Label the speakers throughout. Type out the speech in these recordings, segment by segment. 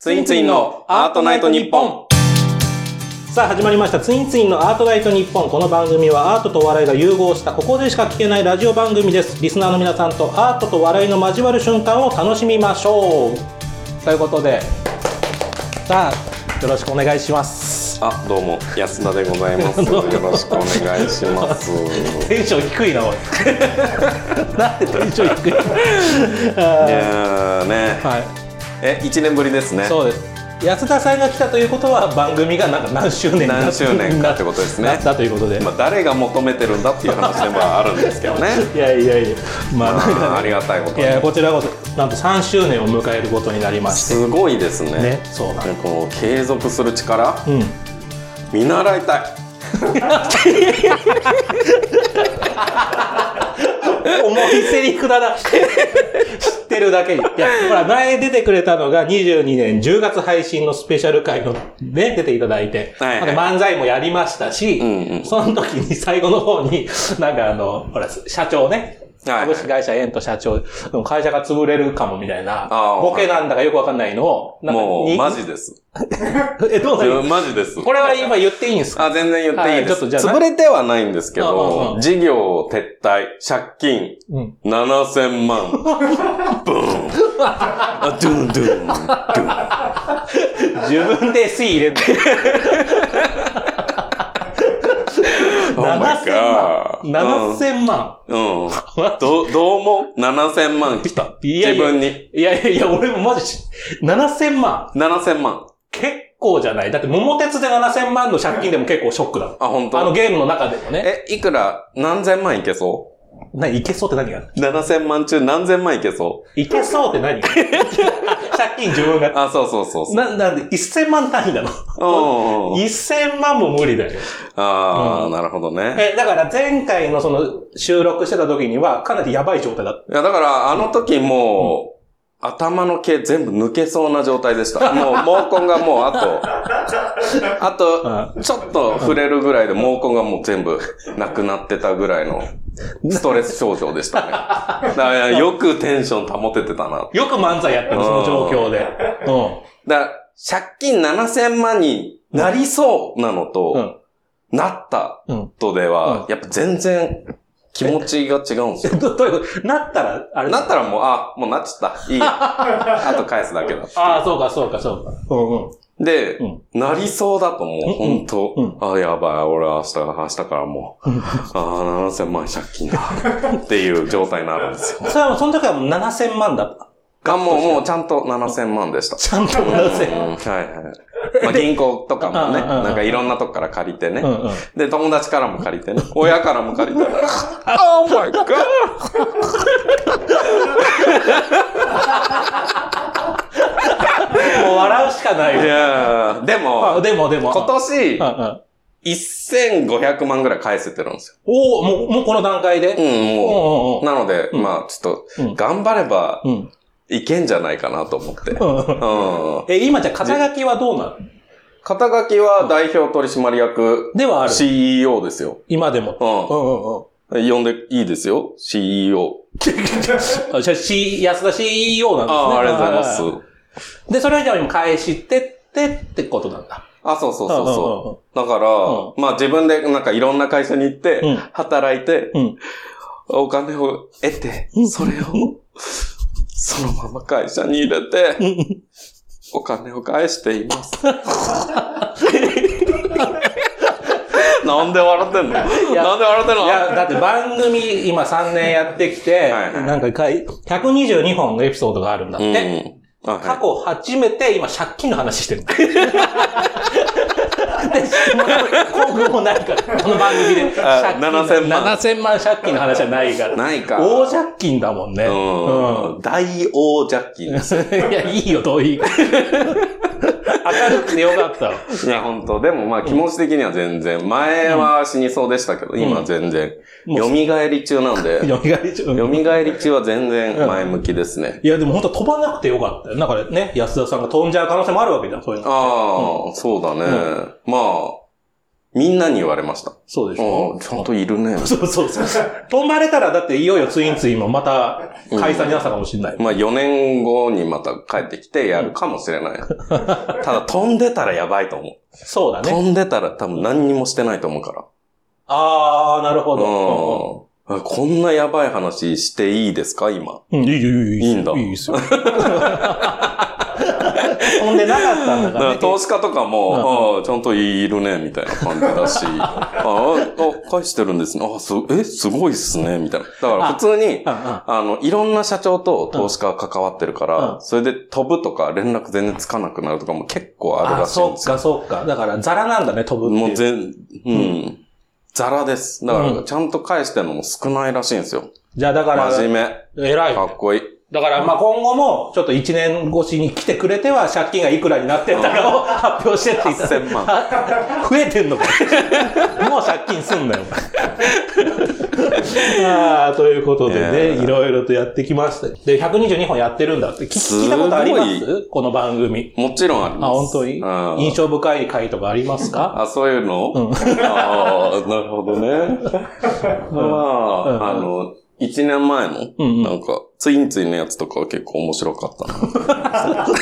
Speaker 1: ツインツインのアートナイトニッポン。
Speaker 2: さあ始まりましたツインツインのアートライト日本この番組はアートと笑いが融合したここでしか聞けないラジオ番組ですリスナーの皆さんとアートと笑いの交わる瞬間を楽しみましょうということでさあよろしくお願いします
Speaker 1: あ、どうも、安田でございます。よろしくお願いし ます。ね
Speaker 2: テンション低いなおい なんでテンション低い
Speaker 1: えね
Speaker 2: は
Speaker 1: え、一年ぶりですね
Speaker 2: い。そうです安田さんが来たということは番組がなんか何周年だ
Speaker 1: 何周年かってことですね
Speaker 2: なったということで、
Speaker 1: まあ、誰が求めてるんだっていう話でもあるんですけどね。
Speaker 2: いやいやいやまあなんか
Speaker 1: あーありがたいこと
Speaker 2: い
Speaker 1: に。
Speaker 2: やこちらこそなんと3周年を迎えることになりまして
Speaker 1: すごいですね。
Speaker 2: ねそうなんで
Speaker 1: こう継続する力、
Speaker 2: うん
Speaker 1: 見習いたい。
Speaker 2: 重いセリフだな知ってるだけにいやほら前出てくれたのが22年10月配信のスペシャル回のね出ていただいて、
Speaker 1: はいはい
Speaker 2: あと漫才もやりましたし、
Speaker 1: んうん
Speaker 2: その時に最後の方になんかあのほら社長ね
Speaker 1: はいはい
Speaker 2: 株式会社エント社長、会社が潰れるかもみたいな
Speaker 1: あー、
Speaker 2: ボケなんだかよくわかんないのを、なんか
Speaker 1: もう
Speaker 2: に
Speaker 1: マジです。
Speaker 2: え、どうなる
Speaker 1: マジです。
Speaker 2: これは今言っていいんですか
Speaker 1: あ、全然言っていいで
Speaker 2: はいちょっ
Speaker 1: す。
Speaker 2: とじゃあ
Speaker 1: 潰れてはないんですけ
Speaker 2: うんうんう
Speaker 1: ど、
Speaker 2: ん
Speaker 1: 事業撤退、借金、
Speaker 2: うん
Speaker 1: 7000万。ブーン。あ、ドゥンドゥン。ドゥン。
Speaker 2: 自分で水入れ て。7000万7000
Speaker 1: Oh my god
Speaker 2: 万、
Speaker 1: うん。ど、どうも、7000万来た。
Speaker 2: いやいや
Speaker 1: 自分に。
Speaker 2: いやいやいや、俺もマジし、7000万
Speaker 1: 7000万。
Speaker 2: 結構じゃないだって桃鉄で7000万の借金でも結構ショックだもん。
Speaker 1: あ、本
Speaker 2: あの
Speaker 1: 当。
Speaker 2: ゲームの中でもね。
Speaker 1: え、いくら、何千万いけそ
Speaker 2: な、いけそうって何が
Speaker 1: う ?7000 万中何千万いけそう
Speaker 2: いけそうって 何借金自分が。
Speaker 1: あ、そうそうそうそう。
Speaker 2: な、なんで、1000万単位なの
Speaker 1: うんうんうん。
Speaker 2: ?1000 万も無理だよ。
Speaker 1: あ
Speaker 2: う
Speaker 1: あ、
Speaker 2: ん
Speaker 1: なるほどね。
Speaker 2: え、だから前回のその収録してた時にはかなりやばい状態だっ
Speaker 1: いや、だから、あの時もう、頭の毛全部抜けそうな状態でした。もう、毛根がもう、 あと、あ
Speaker 2: た。
Speaker 1: と、
Speaker 2: うん
Speaker 1: ちょっと触れるぐらいで毛根がもう全部なくなってたぐらいのストレス症状でした ね。だからよくテンション保ててたな。
Speaker 2: よく漫才やってる、その状況で。う
Speaker 1: だから、借金7000万になりそうなのと、なった
Speaker 2: ん。うん。
Speaker 1: とで
Speaker 2: う
Speaker 1: は
Speaker 2: ん、
Speaker 1: やっぱ全然気持ちが違うんです よ。
Speaker 2: どどういうことなったら、あれ
Speaker 1: なったらもう、あ、もうなっちゃった。いいや。 あと返すだけだ。
Speaker 2: ああ、そうか、そうか、そうか。う
Speaker 1: で、
Speaker 2: うん
Speaker 1: なりそうだとも
Speaker 2: う
Speaker 1: う、
Speaker 2: ん
Speaker 1: ほんと、あ、やばい、俺明日、明日からもう、あー、7000万借金だ。っていう状態になるんですよ。
Speaker 2: んうん。それはもう、その時はもう7000万だった。
Speaker 1: が、もう、もうちゃんと7000万でした。
Speaker 2: ちゃんと
Speaker 1: うん
Speaker 2: 7000。
Speaker 1: はいはい。まあ、銀行とかもね、
Speaker 2: うんうんうん
Speaker 1: なんかいろんなとこから借りてね。
Speaker 2: うんうん。
Speaker 1: で、友達からも借りてね。親から も借りて。Oh my god!
Speaker 2: もう笑うしかないいよ。
Speaker 1: やーで
Speaker 2: あ
Speaker 1: も、
Speaker 2: でも、でも。
Speaker 1: 今年
Speaker 2: うん、うん。
Speaker 1: 1500万ぐらい返せてるんです
Speaker 2: おお、もう、もうこの段階
Speaker 1: よ。
Speaker 2: で。
Speaker 1: うん、
Speaker 2: うん
Speaker 1: もう。
Speaker 2: うん
Speaker 1: なので、
Speaker 2: うん
Speaker 1: まあ、ちょっ
Speaker 2: うん
Speaker 1: と、頑張れば、
Speaker 2: うん。うん
Speaker 1: いけんじゃないかなと思って。う
Speaker 2: うん。
Speaker 1: ん。
Speaker 2: え、今じゃあ肩書きはどうなの
Speaker 1: 肩書きは代表取締役、
Speaker 2: ではある。
Speaker 1: CEO ですよ。
Speaker 2: 今でも。う
Speaker 1: うん
Speaker 2: うんうん。
Speaker 1: ん。呼んでいいですよ。CEO。
Speaker 2: あじゃあ、C、安田 CEO なんですね。
Speaker 1: ああ、ありがとうご
Speaker 2: は
Speaker 1: ざ
Speaker 2: いは
Speaker 1: ます。
Speaker 2: い。で、それじゃあ今返してってってことなんだ。
Speaker 1: あ、そうそうそうそう。だから
Speaker 2: う、
Speaker 1: まあ自分でなんかいろんな会社に行って
Speaker 2: うん、
Speaker 1: 働いて、
Speaker 2: うん。
Speaker 1: お金を得て、それを、そのまま会社に入れて、お金を返しています。 なんで笑ってんのなんで笑ってんの
Speaker 2: いや、だって番組今3年やってきて、
Speaker 1: はいはい
Speaker 2: なんかかい122本のエピソードがあるんだっ
Speaker 1: うん
Speaker 2: て。
Speaker 1: うんはいはい
Speaker 2: 過去初めて今借金の話してる。 で、今後もないから、この番組で。
Speaker 1: あ
Speaker 2: 借金の
Speaker 1: 7000万
Speaker 2: 7000万借金の話はないから。
Speaker 1: ないか。
Speaker 2: 大借金だもんね。
Speaker 1: うん
Speaker 2: うん
Speaker 1: 大王ジャッキーで
Speaker 2: いや、いいよ、遠い。明るくてよかったわ。
Speaker 1: す。いや、本当でもまあ気持ち的には全然、前は死にそうでしたけど、今は全然、
Speaker 2: も
Speaker 1: 蘇り中なんで、
Speaker 2: よみがえちゃう
Speaker 1: 蘇り中は全然前向きですね。
Speaker 2: いや、でも本当飛ばなくてよかったよ。だからね、安田さんが飛んじゃう可能性もあるわけじゃん、そういうの。
Speaker 1: ああ、そうだね。まあ、みんなに言われました。
Speaker 2: そうでしょ
Speaker 1: うんちゃんといるね。
Speaker 2: そうそうそう。飛ばれたら、だっていよいよツインツインもまた解散になったかもしれない。
Speaker 1: まあ4年後にまた帰ってきてやるかもしれない。ただ飛んでたらやばいと思う。
Speaker 2: そうだね。
Speaker 1: 飛んでたら多分何にもしてないと思うから。
Speaker 2: あー、なるほど。
Speaker 1: うん。こんなやばい話していいですか今。
Speaker 2: うん、いいよ、いいよ、
Speaker 1: いいんだ
Speaker 2: いいですよ。飛んでなかったんだか
Speaker 1: だからら
Speaker 2: ね。
Speaker 1: 投資家とかも、ああ、ちゃんといるね、みたいな感じだ し、ああ、あ返してるんですね。あす、え、すごいっすね、みたいな。だから普通
Speaker 2: うん
Speaker 1: に、
Speaker 2: うん
Speaker 1: あの、いろんな社長と投資家が関わってるから、
Speaker 2: うん
Speaker 1: それで飛ぶとか連絡全然つかなくなるとかも結構ある
Speaker 2: あ、
Speaker 1: らしいん
Speaker 2: そ
Speaker 1: で
Speaker 2: っ
Speaker 1: すよ。
Speaker 2: か、そっか。だから、ザラなんだね、飛ぶっていう。
Speaker 1: もう全、うん。ザラです。だか
Speaker 2: う
Speaker 1: ら、
Speaker 2: ん
Speaker 1: ちゃんと返してるのも少ないらしいんですよ。
Speaker 2: じゃあ、だから、
Speaker 1: 真面
Speaker 2: 偉い。
Speaker 1: 目。かっこいい。
Speaker 2: だから、まあ、今後も、ちょっと1年越しに来てくれては、借金がいくらになってったか を発表してって言った
Speaker 1: 8000万
Speaker 2: あ増えてんの か。もう借金すんなよ。 ああ、ということでね、
Speaker 1: ねえ
Speaker 2: いろいろとやってきました。で、122本やってるんだって。聞聞いたことありますすこの番組。
Speaker 1: もちろんあります。
Speaker 2: あ、本当に
Speaker 1: うん
Speaker 2: 印象深い回とかありますか
Speaker 1: あ、そういうの、ああ、なるほどね。まあ、
Speaker 2: うん
Speaker 1: あの、一年前の、
Speaker 2: うんうん
Speaker 1: なんか、ツインツインのやつとかは結構面白かったな。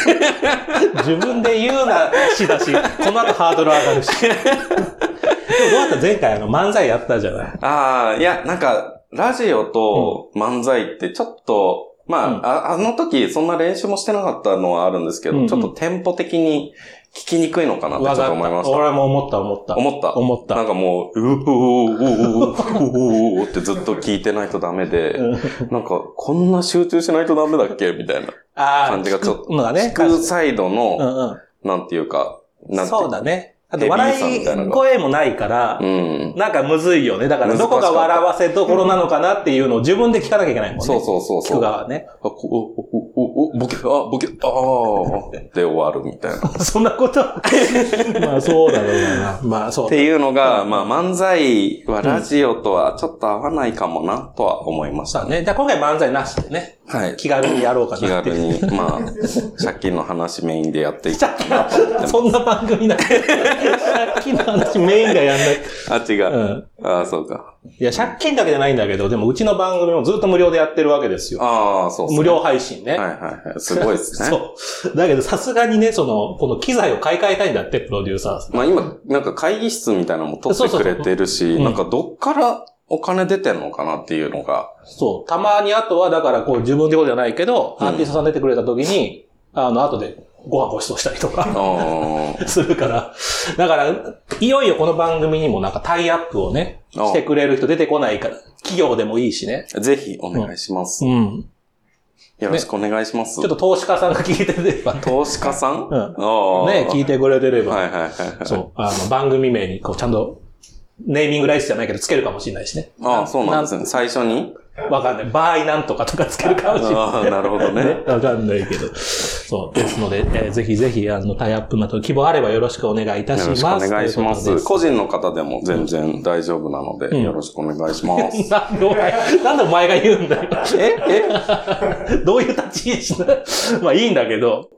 Speaker 2: 自分で言うなしだし、この後ハードル上がる し。でもどうだった前回あの漫才やったじゃない。
Speaker 1: ああ、いや、なんか、ラジオと漫才ってちょっと、まあ、
Speaker 2: うん
Speaker 1: あ、あの時そんな練習もしてなかったのはあるんですけど、
Speaker 2: うんうん
Speaker 1: ちょっとテンポ的に聞きにくいのかなってちょ
Speaker 2: わ
Speaker 1: っと
Speaker 2: かっ
Speaker 1: 思いま
Speaker 2: た。
Speaker 1: した。
Speaker 2: 俺も思った思った。
Speaker 1: 思った。
Speaker 2: 思った
Speaker 1: なんかもう、うおーおーおーおーおーおーってずっと聞いてないとダメで、なんか、こんな集中しないとダメだっけみたいな。
Speaker 2: あー
Speaker 1: 感じがちょっと
Speaker 2: 聞くのがね。
Speaker 1: 聞くサイド
Speaker 2: う
Speaker 1: の、
Speaker 2: ん
Speaker 1: なんていうか、
Speaker 2: う。
Speaker 1: なんんてい
Speaker 2: そう
Speaker 1: う
Speaker 2: だね。あ
Speaker 1: ヘ
Speaker 2: と、
Speaker 1: ビーさ
Speaker 2: 笑
Speaker 1: みたいなの
Speaker 2: い
Speaker 1: が
Speaker 2: 声もないから、
Speaker 1: うん。
Speaker 2: なんかむずいよね。だから、
Speaker 1: 難しか
Speaker 2: ど
Speaker 1: った
Speaker 2: こが笑わせどころなのかなっていうのを自分で聞かなきゃいけないもんね。
Speaker 1: そうそうそう
Speaker 2: 聞
Speaker 1: そ
Speaker 2: く
Speaker 1: う。あ、
Speaker 2: 側はね。
Speaker 1: こお、お、お、お、ボケ、あ、ボケ、あー、で終わるみた いな。っ
Speaker 2: そんなこと はまあ、そうだろうな。まあ、そう。
Speaker 1: ていうのが、まあ漫才はラジオとはちょっと合わないかもな、とは思いまし
Speaker 2: さ
Speaker 1: た
Speaker 2: あ
Speaker 1: ね。
Speaker 2: ね。じゃあ、今回漫才なしでね。
Speaker 1: はい。
Speaker 2: 気軽にやろうか
Speaker 1: 気
Speaker 2: なって
Speaker 1: 軽
Speaker 2: いう。
Speaker 1: に、まあ、借金の話メインでやっていく。
Speaker 2: そんな番組なんか。借金の話メインがやんない。
Speaker 1: あ、違
Speaker 2: う
Speaker 1: う。
Speaker 2: ん。
Speaker 1: ああ、そうか。
Speaker 2: いや、借金だけじゃないんだけど、でもうちの番組もずっと無料でやってるわけですよ。
Speaker 1: ああ、そうそう。
Speaker 2: 無料配信ね。
Speaker 1: はいはいはい。すごいですね。
Speaker 2: そう。だけど、さすがにね、その、この機材を買い替えたいんだって、プロデューサーさん。
Speaker 1: まあ今、なんか会議室みたいなのも取って
Speaker 2: そう
Speaker 1: くれてる
Speaker 2: そうそうう
Speaker 1: し、
Speaker 2: ん
Speaker 1: なんかどっからお金出てんのかなっていうのが、
Speaker 2: そう。たまに、あとは、だから、こう、自分でことじゃないけど、
Speaker 1: うん
Speaker 2: アーティストさん出てくれた時に、あの、後でご飯ご馳走したりと
Speaker 1: う
Speaker 2: か、
Speaker 1: ん
Speaker 2: するから。だから、いよいよこの番組にもなんかタイアップをね、
Speaker 1: あ
Speaker 2: してくれる人出てこないから、企業でもいいしね。
Speaker 1: ぜひお願いします。
Speaker 2: うん。
Speaker 1: よろしくお願いします。
Speaker 2: ちょっと投資家さんが聞いてれば、ね、
Speaker 1: 投資家さん
Speaker 2: うん
Speaker 1: ね
Speaker 2: 聞いてくれてれば、
Speaker 1: はいはいはいはい。
Speaker 2: そう、あの、番組名に、こう、ちゃんと、ネーミングライスじゃないけど、つけるかもしれないしね。
Speaker 1: ああ、そうなんですね。最初に
Speaker 2: わかんない。場合なんとかとかつけるかもしれない。
Speaker 1: ああ、なるほどね。
Speaker 2: わかんないけど。そう。ですので、えーぜひぜひ、あの、タイアップなど、希望あればよろしくお願いいたし
Speaker 1: よ
Speaker 2: ま
Speaker 1: ろ
Speaker 2: す。
Speaker 1: しくお願いします
Speaker 2: という。こ
Speaker 1: 個人の方でも全然大丈夫なので、
Speaker 2: ん
Speaker 1: よろしくお願いし ま。
Speaker 2: とですなんでお前、なんでお前が言うんだよ。
Speaker 1: ええ
Speaker 2: どういう立ち位置だ まあいいんだけど。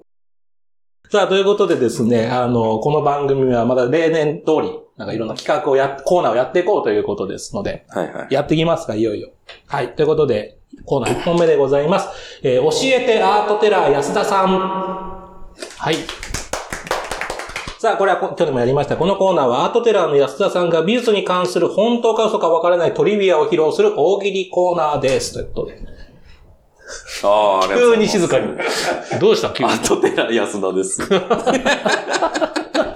Speaker 2: さあ、ということでですね、あの、この番組はまだ例年通り、なんかいろんな企画をやっ、コーナーをやっていこうということですので、
Speaker 1: はいはい。
Speaker 2: やってきますか、いよいよ。はい。ということで、コーナー1本目でございます。えー教えてアートテラー安田さん。はい。さあ、これはこ去年もやりました。このコーナーはアートテラーの安田さんが美術に関する本当か嘘かわからないトリビアを披露する大喜利コーナーです。ということで。
Speaker 1: ああ、ありがと
Speaker 2: 急
Speaker 1: うございま
Speaker 2: に
Speaker 1: す
Speaker 2: 静かに。どうした急に
Speaker 1: あと寺安 田です。うん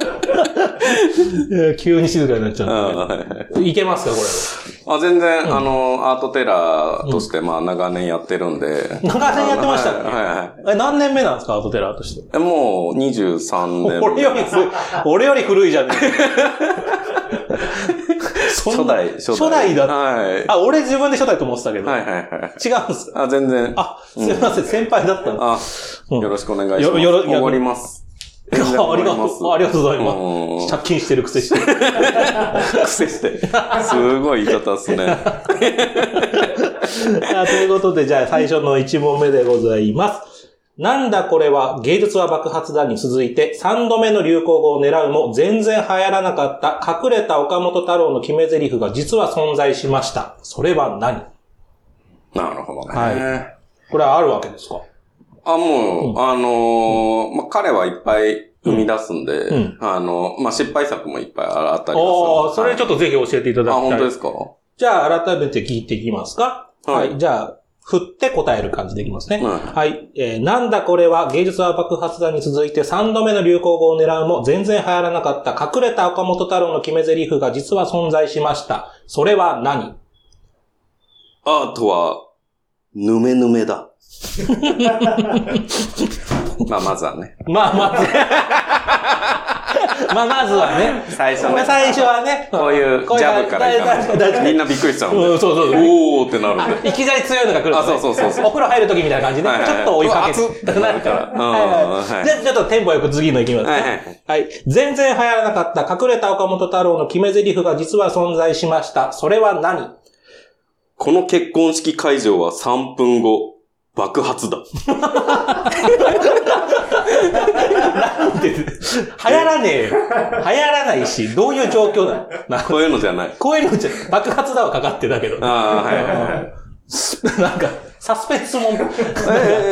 Speaker 2: えー急に静かになっちゃ
Speaker 1: はいはい。
Speaker 2: う。いけますか、
Speaker 1: あ全然、あの、アートテラーとして、まあ、長年やってるんで。
Speaker 2: 長年やってましたっけ
Speaker 1: あのはいはいはい
Speaker 2: これ。え、何年目なんですかアートテラーとして。
Speaker 1: え。もう、23年。
Speaker 2: 俺よりす、俺より古いじゃねえそん
Speaker 1: 初
Speaker 2: な
Speaker 1: 代、
Speaker 2: 初代だっ
Speaker 1: はい。
Speaker 2: あ、俺自分で初代と思ってたけど。
Speaker 1: はいはいはい。
Speaker 2: 違うんですか
Speaker 1: あ、全然。
Speaker 2: あ、すみません、先輩だったんだ。
Speaker 1: あ、
Speaker 2: うん
Speaker 1: よろしくお願いします。
Speaker 2: よよろ
Speaker 1: おごります。
Speaker 2: ありがとう ありがとうござい
Speaker 1: うん
Speaker 2: ます。借金してるくせ して。
Speaker 1: 癖して。 すごい言い方っすね。
Speaker 2: あということで、じゃあ最初の1問目でございます。なんだこれは芸術は爆発だに続いて3度目の流行語を狙うも全然流行らなかった隠れた岡本太郎の決め台詞が実は存在しました。それは何
Speaker 1: なるほどね。
Speaker 2: はこれはあるわけですか
Speaker 1: あ、
Speaker 2: う
Speaker 1: もう、あのーまあ、彼はいっぱい生み出すんで、
Speaker 2: うん
Speaker 1: あの、まあ、失敗作もいっぱいあったりは
Speaker 2: おー、
Speaker 1: す
Speaker 2: そ
Speaker 1: る
Speaker 2: れちょっとぜひ教えていただ
Speaker 1: はいあ、
Speaker 2: きた
Speaker 1: 本
Speaker 2: い。
Speaker 1: 当ですか
Speaker 2: じゃあ改めて聞いていきますか。は
Speaker 1: はい
Speaker 2: い。じゃあ、振って答える感じでいきますね。
Speaker 1: はい
Speaker 2: はい。えーなんだこれは芸術は爆発だに続いて3度目の流行語を狙うも全然流行らなかった隠れた岡本太郎の決め台詞が実は存在しました。それは何
Speaker 1: アートは、ぬめぬめ だ。まあ、まずはね。
Speaker 2: まあまず、 まあまずはね。
Speaker 1: 最初
Speaker 2: まあ
Speaker 1: ね。
Speaker 2: 最初はね。
Speaker 1: こういうジャブからいか
Speaker 2: 大丈夫大丈
Speaker 1: な
Speaker 2: 夫
Speaker 1: いみんなびっくりしちゃうんで。
Speaker 2: うんそうそうそう
Speaker 1: おーってなるんで。
Speaker 2: いきなり強いのが来るんですね
Speaker 1: あそうそうそうそう
Speaker 2: お風呂入るときみたいな感じで、
Speaker 1: はいはい
Speaker 2: ちょっと追いかけ
Speaker 1: うわ熱っってなるからうん
Speaker 2: はいはい
Speaker 1: はい
Speaker 2: じゃあちょっとテンポよく次のいきますね。
Speaker 1: はいはい
Speaker 2: はい。全然流行らなかった隠れた岡本太郎の決め台詞が実は存在しました。それは 何
Speaker 1: この結婚式会場は3分後、爆発だ。
Speaker 2: なんて、流行らねえよ。流行らないし、どういう状況なのな
Speaker 1: こういうのじゃない。
Speaker 2: こういうのじゃ、爆発だはかかってたけど。
Speaker 1: ああ、はいはいはい。
Speaker 2: なんか、サスペンスもん、
Speaker 1: え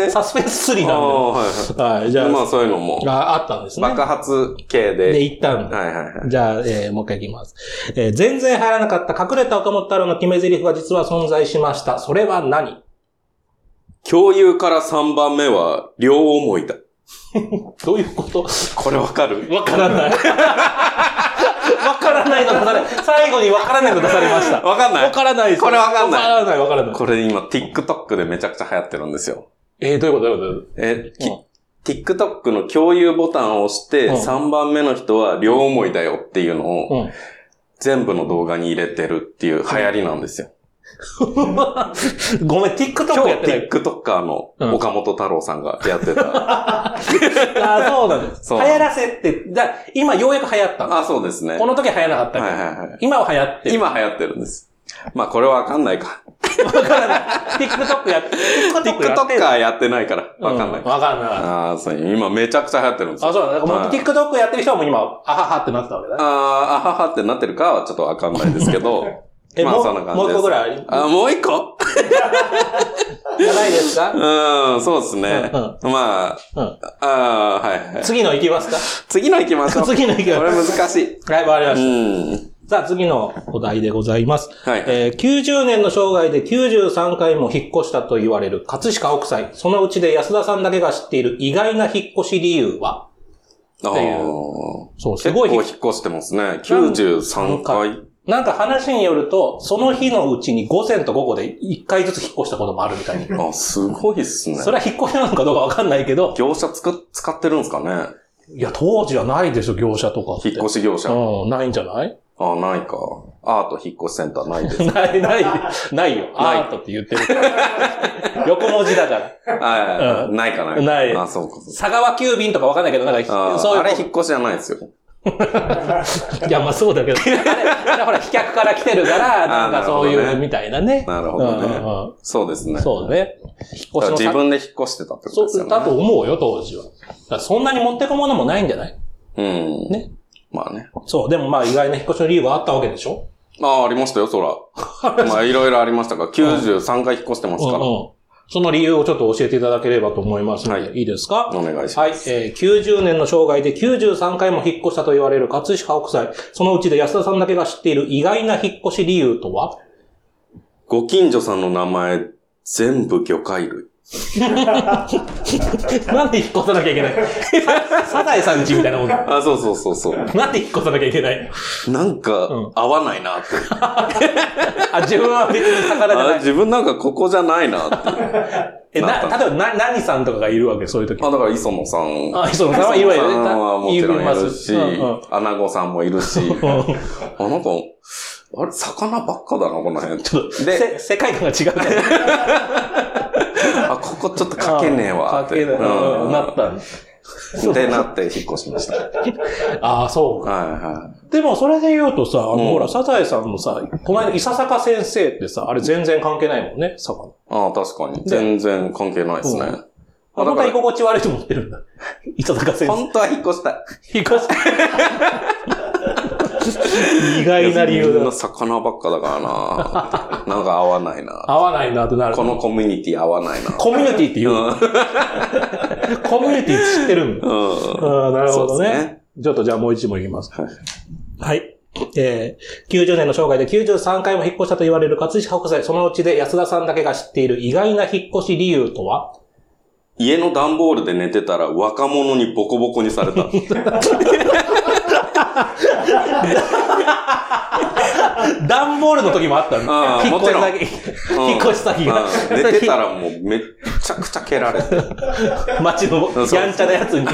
Speaker 1: え
Speaker 2: サスペンス3
Speaker 1: あ
Speaker 2: なん
Speaker 1: あ、はいはい。
Speaker 2: だよ。はい、じゃあ、
Speaker 1: まあそういうのも、
Speaker 2: あ、あったんですね。
Speaker 1: 爆発系で。
Speaker 2: で、一旦、
Speaker 1: はいはいはい。
Speaker 2: じゃあ、えーもう一回いきます。えー全然流行らなかった隠れた岡本太郎の決め台詞が実は存在しました。それは何
Speaker 1: 共有から3番目は、両思いだ。
Speaker 2: どういうこと
Speaker 1: これわかる
Speaker 2: わからない。 わからないの出され、最後にわからないの出されました。
Speaker 1: わかんな
Speaker 2: わ
Speaker 1: い
Speaker 2: からないです
Speaker 1: これわかんない
Speaker 2: わからない、わからない。
Speaker 1: これ今、TikTok でめちゃくちゃ流行ってるんですよ。
Speaker 2: えー、どういうことどういうこと
Speaker 1: え、き
Speaker 2: うん
Speaker 1: TikTok の共有ボタンを押して、
Speaker 2: うん
Speaker 1: 3番目の人は両思いだよっていうのを、
Speaker 2: うん。
Speaker 1: 全部の動画に入れてるっていう流行りなんですよ。
Speaker 2: ごめん、TikTok
Speaker 1: 今日
Speaker 2: やってない。
Speaker 1: TikToker の
Speaker 2: うん
Speaker 1: 岡本太郎さんがやって た。
Speaker 2: あ、そうなんです。流
Speaker 1: そう
Speaker 2: 行らせって、だから今ようやく流行ったの。
Speaker 1: あ、そうですね。
Speaker 2: この時は流行らなかったけど、
Speaker 1: はいはいはい
Speaker 2: 今は流行ってる。
Speaker 1: 今流行ってるんです。まあこれはわかんないか。
Speaker 2: わからない。TikTok やって、TikTok やってる
Speaker 1: TikToker やってないから、わかんない
Speaker 2: うん。わかんない。
Speaker 1: ああ、そう、今めちゃくちゃ流行ってるんです
Speaker 2: あ、
Speaker 1: よ。
Speaker 2: そうなんだ。もう
Speaker 1: はい
Speaker 2: TikTok やってる人はもう今、あははってなってたわけだね。。
Speaker 1: ああ、あははってなってるかはちょっとわかんないですけど
Speaker 2: え
Speaker 1: ま
Speaker 2: も
Speaker 1: あ
Speaker 2: う
Speaker 1: そんな感じ
Speaker 2: も
Speaker 1: です。
Speaker 2: う一個ぐらいあり
Speaker 1: あ、もう一個
Speaker 2: じゃないですか
Speaker 1: うん、そうですね。
Speaker 2: うん
Speaker 1: まあ、
Speaker 2: うん。
Speaker 1: ああー、はいはい。
Speaker 2: 次の行き ます
Speaker 1: 次の行きまし
Speaker 2: か
Speaker 1: ょう。
Speaker 2: 次の行き
Speaker 1: こ
Speaker 2: ま
Speaker 1: れ
Speaker 2: す。
Speaker 1: 難しい。
Speaker 2: はい、わかりま
Speaker 1: う
Speaker 2: し
Speaker 1: ん。
Speaker 2: た。さあ、次のお題でございます。
Speaker 1: はい
Speaker 2: えー90年の生涯で93回も引っ越したと言われる葛飾北斎。そのうちで安田さんだけが知っている意外な引っ越し理由は
Speaker 1: あ
Speaker 2: っていう
Speaker 1: ー
Speaker 2: そう、す
Speaker 1: 結
Speaker 2: ご
Speaker 1: 構
Speaker 2: い引っ
Speaker 1: 引っ越してますね。93回。
Speaker 2: なんか話によると、その日のうちに午前と午後で1回ずつ引っ越したこともあるみたいに。
Speaker 1: あ、すごいっすね。
Speaker 2: それは引っ越しなのかどうかわかんないけど、
Speaker 1: 業者つく使ってるんですかね
Speaker 2: いや、当時はないでしょ、業者とかって。
Speaker 1: 引っ越し業者。あ
Speaker 2: うん、ないんじゃない
Speaker 1: ー、ないか。アート引っ越しセンターない です。
Speaker 2: ない、ない、ないよ。
Speaker 1: ない
Speaker 2: アートって言ってる。 横文字だから。
Speaker 1: は
Speaker 2: う
Speaker 1: い。ないかな
Speaker 2: ない
Speaker 1: あ、そうかそうか。
Speaker 2: 佐川急便とかわかんないけど、なん
Speaker 1: あ
Speaker 2: か、
Speaker 1: ー
Speaker 2: そういう
Speaker 1: あれ引っ越しじゃないですよ。
Speaker 2: いや、まあそうだけ ど。あれ、あれほら、飛脚から来てるから、なんかそう
Speaker 1: あーなる
Speaker 2: い
Speaker 1: ほ
Speaker 2: う、
Speaker 1: どね
Speaker 2: みたいなね。
Speaker 1: なるほどね
Speaker 2: うんうんうん
Speaker 1: そうですね。
Speaker 2: そうだね。引っ
Speaker 1: だ
Speaker 2: 越
Speaker 1: から
Speaker 2: し
Speaker 1: 自
Speaker 2: の先
Speaker 1: 分で引っ越してたってことです
Speaker 2: そ
Speaker 1: よ
Speaker 2: う、
Speaker 1: ね。
Speaker 2: だと思うよ、当時は。だからそんなに持ってくものもないんじゃない
Speaker 1: うん。
Speaker 2: ね。
Speaker 1: まあね。
Speaker 2: そう、でもまあ意外な引っ越しの理由があったわけでしょ
Speaker 1: まあ、ありましたよ、そら。まあ、いろいろありましたが、93回引っ越してますから。お
Speaker 2: その理由をちょっと教えていただければと思いますので、、
Speaker 1: はい
Speaker 2: いですか
Speaker 1: 願いします。
Speaker 2: はい、えー、90年の生涯で93回も引っ越したと言われる葛飾北斎。そのうちで安田さんだけが知っている意外な引っ越し理由と は
Speaker 1: ご近所さんの名前、全部魚介類。
Speaker 2: なんで引っ越さなきゃいけない サザエさんちみたいなもんだ。
Speaker 1: あ、そうそうそうそう。
Speaker 2: なんで引っ越さなきゃいけない
Speaker 1: なん
Speaker 2: うん
Speaker 1: か、合わない なって。
Speaker 2: あ、自分は別に魚 じゃ
Speaker 1: あ
Speaker 2: ない。
Speaker 1: 自分なんかここじゃない なって。
Speaker 2: え、な、
Speaker 1: なった
Speaker 2: 例えば、な、何さんとかがいるわけ、そういう時。
Speaker 1: あ、だから磯野さん。
Speaker 2: あ磯野さんはいるわよね
Speaker 1: 磯野さんはもちろんいるし、
Speaker 2: いますうんうん
Speaker 1: アナゴさんもいる し、あ、なんか、あれ、魚ばっかだな、この辺。
Speaker 2: ちょっと、
Speaker 1: で、
Speaker 2: せ世界観が違う から。
Speaker 1: あ、ここちょっと書けねえ
Speaker 2: か
Speaker 1: わ。
Speaker 2: けない。
Speaker 1: うん
Speaker 2: うんなったんだ
Speaker 1: ってなって引っ越しました。はい
Speaker 2: ああ、そうか。
Speaker 1: は
Speaker 2: でも、それで言うとさ、あの、
Speaker 1: うん
Speaker 2: ほら、サザエさんのさ、この間、伊佐坂先生ってさ、あれ全然関係ないもんね、魚。
Speaker 1: い。ああ、確かに。全然関係ないですね。
Speaker 2: うん
Speaker 1: あだか
Speaker 2: 本当は
Speaker 1: ら
Speaker 2: 居心地悪いと思ってる んだ。磯坂先生。
Speaker 1: 本当は引っ越したい。
Speaker 2: 居心地 意外な理由
Speaker 1: みんな
Speaker 2: だ。
Speaker 1: 魚ばっかだからな。なん か合わないな。
Speaker 2: 合わないなってなる。
Speaker 1: このコミュニティ合わないな。
Speaker 2: コミュニティって言うの、 コミュニティって知ってるの
Speaker 1: うん。
Speaker 2: うんなるほど
Speaker 1: そうで
Speaker 2: ね
Speaker 1: すね
Speaker 2: ちょっとじゃあもう一問いきます。
Speaker 1: は
Speaker 2: は
Speaker 1: い
Speaker 2: い。えー、90年の生涯で93回も引っ越したと言われる葛飾北斎、そのうちで安田さんだけが知っている意外な引っ越し理由とは
Speaker 1: 家の段ボールで寝てたら若者にボコボコにさ れた。
Speaker 2: 段ボールの時もあったん
Speaker 1: あ
Speaker 2: だ。
Speaker 1: あ
Speaker 2: 引っ越し
Speaker 1: も
Speaker 2: 先。引っ越し先が。
Speaker 1: うん寝て たらもうめっちゃくちゃ蹴られて。
Speaker 2: 街のやんちゃなや つに。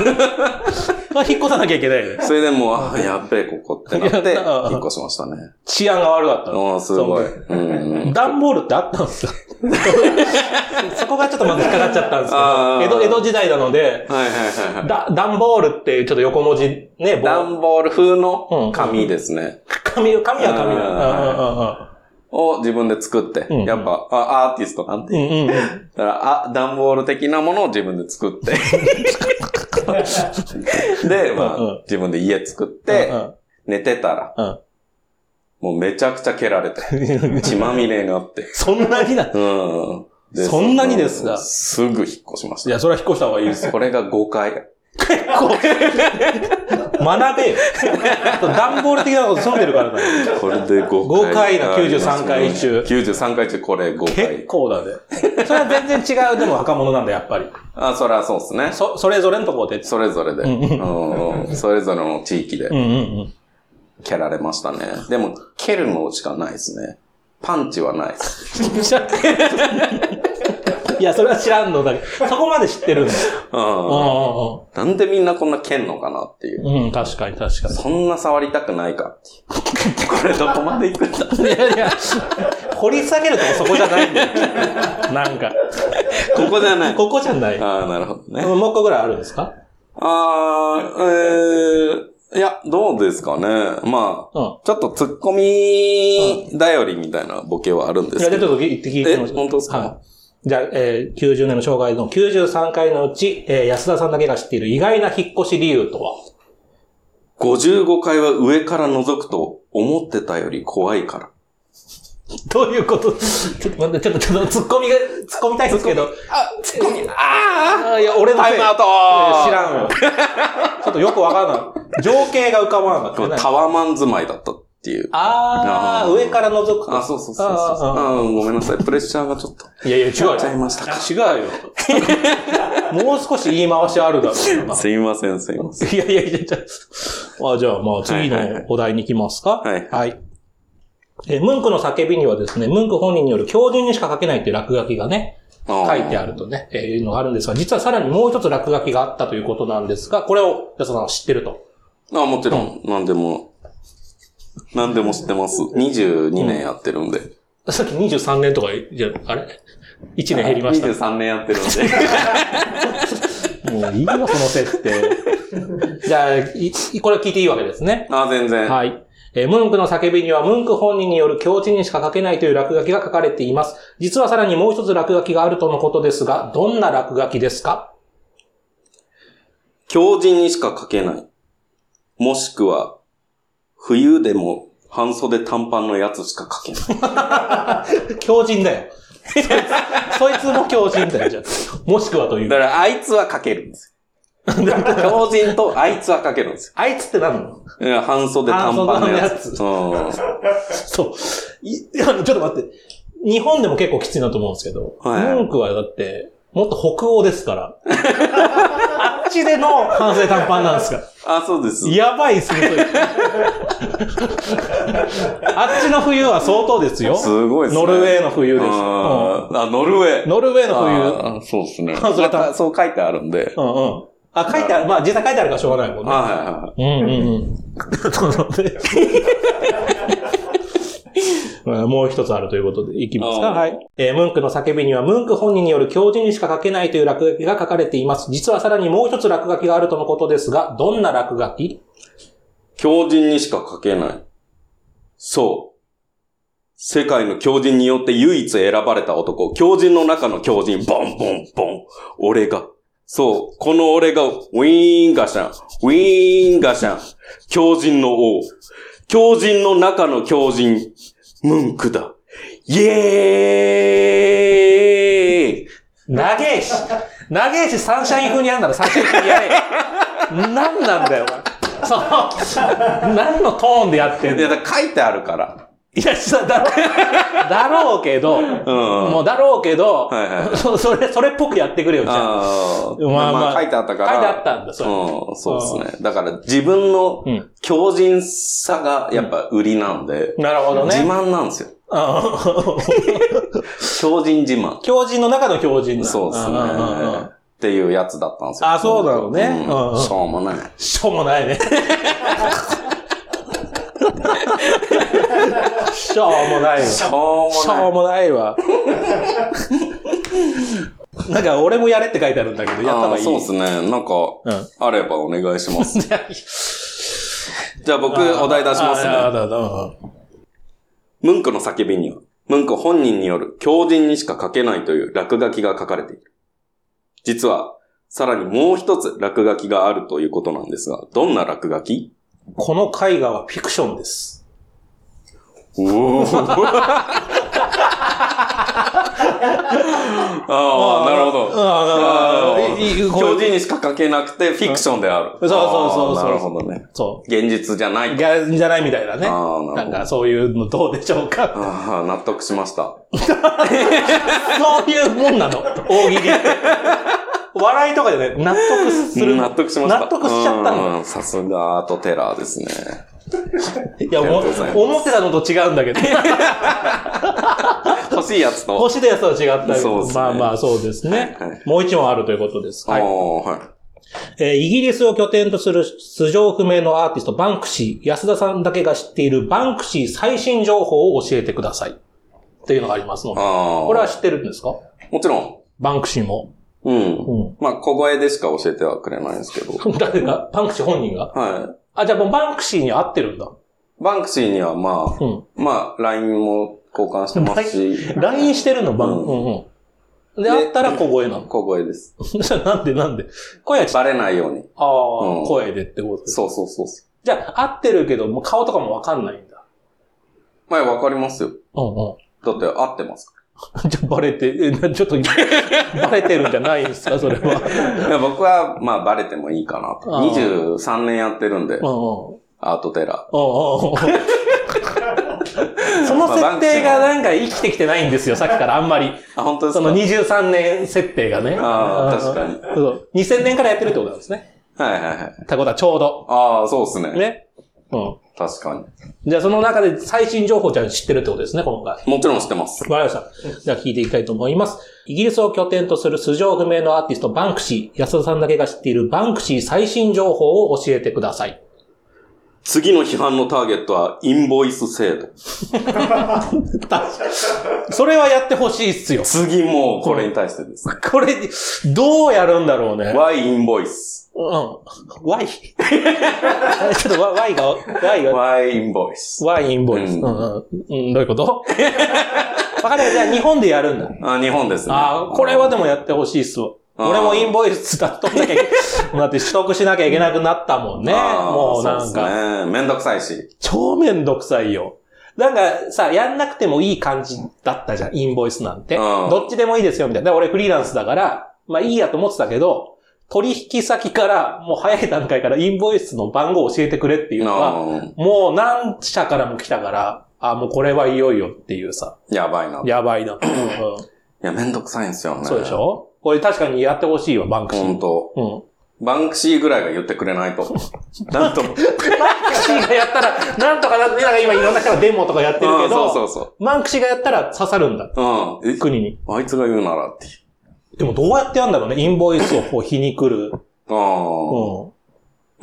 Speaker 2: まあ引っ越さなきゃいけないよね。
Speaker 1: それでもう、あやっべえここってなって、
Speaker 2: やったうん
Speaker 1: 引っ越しましたね。
Speaker 2: 治安が悪かったの。
Speaker 1: うん、すごい。
Speaker 2: そ
Speaker 1: うんうん。
Speaker 2: 段ボールってあったんですか そこがちょっとまず引っかかっちゃったん
Speaker 1: ああ
Speaker 2: ですけど、江戸、江戸時代なので、
Speaker 1: はいはいはい はい。
Speaker 2: だ、段ボールってちょっと横文字ね、棒
Speaker 1: 段ボール風
Speaker 2: うん
Speaker 1: の紙ですね。
Speaker 2: 紙、紙は紙だ。
Speaker 1: を自分で作って。
Speaker 2: うん
Speaker 1: やっぱ、あアーティストなんて。
Speaker 2: うんうんうんうんうんうんうん。
Speaker 1: だから、あ、段ボール的なものを自分で 作って。で、まあ、
Speaker 2: うんうん
Speaker 1: 自分で家作って、寝てたら、
Speaker 2: うん
Speaker 1: もうめちゃくちゃ蹴られて、
Speaker 2: うん
Speaker 1: 血まみれになって。
Speaker 2: そんなにだ。
Speaker 1: うん。で
Speaker 2: そんなにですか
Speaker 1: うんすぐ引っ越しまし
Speaker 2: いや、それは引っ越した方がいいですよ。
Speaker 1: た。これが5回。
Speaker 2: 結構。学べよ。 段ボール的なこと住んでるからだよ。
Speaker 1: これで
Speaker 2: 5
Speaker 1: 5回。
Speaker 2: 回だ93回中
Speaker 1: 93回中これ5
Speaker 2: 結
Speaker 1: 回。
Speaker 2: 構だね。 それは全然違う、でも若者なんだ、やっぱり。
Speaker 1: あ、そりゃそうですね。
Speaker 2: そ、それぞれのところで。
Speaker 1: それぞれで、
Speaker 2: うん
Speaker 1: うんそれぞれの地域で
Speaker 2: うんうん うん。
Speaker 1: 蹴られましたね。でも、蹴るのしかないですね。パンチはないです。
Speaker 2: いや、それは知らんのだけど、そこまで知ってるんだ。
Speaker 1: うん
Speaker 2: う
Speaker 1: なんでみんなこんな蹴んのかなっていう。
Speaker 2: んうんうん。うん、確かに確かに。
Speaker 1: そんな触りたくないかっていう。 これどこまで行くんだ
Speaker 2: いやいや、掘り下げるとこそこじゃないんだよ。なんか、
Speaker 1: ここじゃない。
Speaker 2: ここじゃない。も
Speaker 1: ああ、なるほどね。
Speaker 2: う一個ぐらいあるんですか
Speaker 1: ああ、えー、いや、どうですかね。まあ、
Speaker 2: うん。
Speaker 1: ちょっとツッコミ頼りみたいなボケはあるんで
Speaker 2: い
Speaker 1: す
Speaker 2: や、
Speaker 1: け
Speaker 2: で、ち
Speaker 1: ど。
Speaker 2: ょっと言って聞いてみましょう
Speaker 1: え本当ですか
Speaker 2: はい。じゃあ、えー、90年の障害の93回のうち、えー、安田さんだけが知っている意外な引っ越し理由とは
Speaker 1: 55階は上から覗くと思ってたより怖いから。
Speaker 2: どういうことちょっと待って、ちょっと、ちょっと、突っ込みが、突っ込みたいんですけど。
Speaker 1: あ、ツッコミ、あ
Speaker 2: あ、いや、俺の
Speaker 1: タイムアウト
Speaker 2: えー知らんよ。 ちょっとよくわかんない。情景が浮かばなかった。
Speaker 1: タワマン住まいだったっていう。
Speaker 2: あー、上から覗くと。
Speaker 1: あ、そうそうそうそうそう。
Speaker 2: あー
Speaker 1: うん、ごめんなさい。プレッシャーがちょっと。
Speaker 2: いやいや、違う
Speaker 1: や
Speaker 2: よ
Speaker 1: っちゃいましたか。
Speaker 2: 違うよ。 もう少し言い回しあるだろうな。
Speaker 1: すいません、すいません。
Speaker 2: いやいやいや、じゃあ、あじゃあまあ次
Speaker 1: はいはいは
Speaker 2: の
Speaker 1: い
Speaker 2: お題に行きますか。
Speaker 1: はい
Speaker 2: えームンクの叫びにはですね、ムンク本人による狂人にしか書けないっていう落書きがね、書いてあるとね、えーいうのがあるんですが、実はさらにもう一つ落書きがあったということなんですが、これを安田さんは知ってると。
Speaker 1: あー。あ、もちろん。何でも。何でも知ってます。22年やってるんで。
Speaker 2: さっき23年とか、じゃあ、あれ ?1 年減りました。
Speaker 1: 23年やってる んで。
Speaker 2: もういいよ、その設定。 じゃあ、いこれ聞いていいわけですね。
Speaker 1: あー、全然。
Speaker 2: はい。えームンクの叫びには、ムンク本人による狂人にしか書けないという落書きが書かれています。実はさらにもう一つ落書きがあるとのことですが、どんな落書きですか
Speaker 1: 狂人にしか書けない。もしくは、冬でも半袖短パンのやつしか書けない。
Speaker 2: 狂人だよ。 そいつそいつも狂人だよ、じゃあもしくはとい
Speaker 1: だ
Speaker 2: う。
Speaker 1: から、あいつは書けるんです よ。狂人とあいつは書けるんです
Speaker 2: あいつって何なの
Speaker 1: よいや。半袖短パンのやつ。
Speaker 2: 半袖
Speaker 1: うん
Speaker 2: そう。い いや、あのちょっと待って。日本でも結構きついなと思うんですけど、
Speaker 1: はい
Speaker 2: ムンクはだって、もっと北欧ですから。あっちでの半袖短パンなんですか
Speaker 1: あ、そうです。
Speaker 2: やばいっす ね、それあっちの冬は相当ですよ。
Speaker 1: すごいですね。
Speaker 2: ノルウェーの冬です。
Speaker 1: あーあ、ノルウェー。
Speaker 2: うんノルウェーの冬。
Speaker 1: あーそうで すね。
Speaker 2: 半袖短パン
Speaker 1: またそう書いてあるんで。
Speaker 2: うんうん。あ、書いてある。まあ実際書いてあるからしょうがないもんね。
Speaker 1: はいはいはい。
Speaker 2: うんうん うん。そうそうねうんもう一つあるということで、いきますか。
Speaker 1: あー
Speaker 2: はい。えームンクの叫びには、ムンク本人による狂人にしか書けないという落書きが書かれています。実はさらにもう一つ落書きがあるとのことですが、どんな落書き
Speaker 1: 狂人にしか書けない。そう。世界の狂人によって唯一選ばれた男、狂人の中の狂人、ボンボンボン。俺がそう。この俺が、ウィーンガシャン、ウィーンガシャン、狂人の王。狂人の中の狂人、ムンクだ。イエーイ
Speaker 2: 長えし長えしサンシャイン風にやるならサンシャイン風にやれよ。何なんだよ、お前。その、何のトーンでやってん
Speaker 1: い
Speaker 2: の
Speaker 1: や、だから書いてあるから。
Speaker 2: いや、そうだろう、だろうけど、
Speaker 1: うん。
Speaker 2: もうだろうけど、
Speaker 1: はいは い
Speaker 2: そそれ、それっぽくやってくれよ、じゃあ。
Speaker 1: ああ、
Speaker 2: まあまあ
Speaker 1: 書いてあったから。
Speaker 2: 書いてあったんだそれ
Speaker 1: うん、そうですね。だから自分の
Speaker 2: うん
Speaker 1: 強靭さがやっぱ売りなんで、
Speaker 2: なるほど
Speaker 1: 自
Speaker 2: ね。
Speaker 1: 慢なんですよ。 強靭自慢。
Speaker 2: 強人の中の強人だ。
Speaker 1: そうです
Speaker 2: んんうんう
Speaker 1: ね
Speaker 2: ん。
Speaker 1: っていうやつだったんですよ。
Speaker 2: あそうなのね
Speaker 1: う
Speaker 2: うんうん
Speaker 1: んしょうもない。
Speaker 2: しょうもない ね。しょうもないわ。
Speaker 1: し
Speaker 2: し
Speaker 1: ょうも
Speaker 2: ょ
Speaker 1: な
Speaker 2: うもないわ。なんか、俺もやれって書いてあるんだけど、
Speaker 1: い。
Speaker 2: やった
Speaker 1: あ
Speaker 2: 方が
Speaker 1: あ
Speaker 2: いい。
Speaker 1: そうですね。なんか、
Speaker 2: うん
Speaker 1: あればお願いします。
Speaker 2: いやいや
Speaker 1: じゃあ僕、お題出しますね。
Speaker 2: ああだだうん
Speaker 1: ムンクの叫びには、ムンク本人による狂人にしか書けないという落書きが書かれている。実は、さらにもう一つ落書きがあるということなんですが、どんな落書き
Speaker 2: この絵画はフィクションです。
Speaker 1: お お。ああ、なるほど。
Speaker 2: ああなるほどいいいいこう
Speaker 1: 狂人にしか書けなくてフィクションである。
Speaker 2: そうそうそうそう
Speaker 1: ああなるほどね。
Speaker 2: そ
Speaker 1: 現実じゃな
Speaker 2: う。
Speaker 1: い。
Speaker 2: がじゃないみたいなね。
Speaker 1: ああ、な
Speaker 2: な
Speaker 1: る
Speaker 2: ん
Speaker 1: ほど。
Speaker 2: かそういうのどうでしょう か。
Speaker 1: ああ、納得しました。
Speaker 2: そういうもんなの。大喜利って。笑いとかじゃない。納得する。
Speaker 1: 納得しました。
Speaker 2: 納得しちゃったの
Speaker 1: うん。さすがアートテラーですね。
Speaker 2: いや、
Speaker 1: あり
Speaker 2: も
Speaker 1: がとうございます
Speaker 2: 思ってたのと違うんだけ ど。
Speaker 1: 欲しいやつと。
Speaker 2: 星でやつとは違ったけ
Speaker 1: そう
Speaker 2: ど。
Speaker 1: ですね
Speaker 2: まあまあ、そうですね
Speaker 1: はいはい。
Speaker 2: もう一問あるということです。はい。
Speaker 1: おーはい。
Speaker 2: えーイギリスを拠点とする素性不明のアーティスト、バンクシー。安田さんだけが知っているバンクシー最新情報を教えてください。っていうのがありますので。
Speaker 1: ああ。
Speaker 2: これは知ってるんですか
Speaker 1: もちろん。
Speaker 2: バンクシーも。
Speaker 1: うん。
Speaker 2: う
Speaker 1: まあ、小声でしか教えてはくれないんですけど。
Speaker 2: ん。誰がバンクシー本人が
Speaker 1: は
Speaker 2: あ、じゃあもうバンクシーに合ってるんだ。
Speaker 1: い。バンクシーにはま
Speaker 2: うん。
Speaker 1: あ、まあ、LINE も交換してますし。
Speaker 2: LINE してるの、バン。
Speaker 1: うん
Speaker 2: うんうん。で、あったら小声なの。
Speaker 1: 小声です。
Speaker 2: じゃあなんでなんで声はちっ
Speaker 1: バレないように。
Speaker 2: ああ、
Speaker 1: うん
Speaker 2: 声でってことです。
Speaker 1: そうそうそうそう。
Speaker 2: じゃあ、合ってるけど、もう顔とかもわかんないんだ。
Speaker 1: まあ、わかりますよ。
Speaker 2: うんう
Speaker 1: だって、合ってますか
Speaker 2: ん。 じゃあ、バレて、え、なちょっ と、バレてるんじゃないんですか、それは。
Speaker 1: ら。いや僕は、まあ、バレてもいいかなと。
Speaker 2: ああ
Speaker 1: 23年やってるんで
Speaker 2: う、んうん。
Speaker 1: アートテラ
Speaker 2: うんうんうん。その設定がなんか生きてきてないんですよ、さっきからあんまり。
Speaker 1: ー。あ、本当です
Speaker 2: そ
Speaker 1: か
Speaker 2: の23年設定がね。
Speaker 1: ああ確かに
Speaker 2: に。そう。2000年からやってるってことなんですね。
Speaker 1: はいはいはい。
Speaker 2: ってことはちょうど。
Speaker 1: ああ、そうですね。
Speaker 2: ね。うん。
Speaker 1: 確かに。
Speaker 2: じゃあその中で最新情報じゃあ知ってるってことですね、今回。
Speaker 1: もちろん知ってます。
Speaker 2: わかりました。じゃあ聞いていきたいと思います。イギリスを拠点とする素性不明のアーティストバンクシー。安田さんだけが知っているバンクシー最新情報を教えてください。
Speaker 1: 次の批判のターゲットは、インボイス制度。
Speaker 2: それはやってほしいっすよ。
Speaker 1: 次もうこれに対してです。
Speaker 2: これ、どうやるんだろうね。
Speaker 1: Y インボイス。
Speaker 2: うん。Y? ちょっと Y が、Y が、
Speaker 1: Y インボイス。
Speaker 2: Y インボイス。う
Speaker 1: うんん
Speaker 2: うん。うんどういうこと わかりました。じゃあ日本でやるんだ。
Speaker 1: あ、日本ですね。
Speaker 2: ああ、これはでもやってほしいっすわ。
Speaker 1: あー
Speaker 2: 俺もインボイスだとんなきゃいけ だって取得しなきゃいけなくなったもんね。
Speaker 1: あー
Speaker 2: もうなん
Speaker 1: そう
Speaker 2: か、
Speaker 1: ですね。めんどくさいし。
Speaker 2: 超めんどくさいよ。なんかさ、やんなくてもいい感じだったじゃん、インボイスなんて。
Speaker 1: うん
Speaker 2: どっちでもいいですよ、みたいな。で俺フリーランスだから、まあいいやと思ってたけど、取引先から、もう早い段階からインボイスの番号を教えてくれっていうのは、
Speaker 1: うん
Speaker 2: もう何社からも来たから、あ、もうこれはいよいよっていうさ、
Speaker 1: やばいな。い
Speaker 2: やばいな。う んうん
Speaker 1: や、めんどくさいんですよね。
Speaker 2: そうでしょこれ確かにやってほしいわ、バンクシ
Speaker 1: ほん
Speaker 2: ー。
Speaker 1: と。
Speaker 2: うん。
Speaker 1: バンクシーぐらいが言ってく れないと。なんとも。
Speaker 2: バンクシーがやったら、なんとかなって、なんか今いろんな人がデモとかやってる
Speaker 1: う
Speaker 2: け
Speaker 1: んそうそ
Speaker 2: ど、
Speaker 1: うそ
Speaker 2: バンクシーがやったら刺さるんだ、
Speaker 1: う。うん。え
Speaker 2: 国に。
Speaker 1: あいつが言うならって。
Speaker 2: でもどうやってやんだろうね、インボイスを こう皮肉る。
Speaker 1: ああ。
Speaker 2: う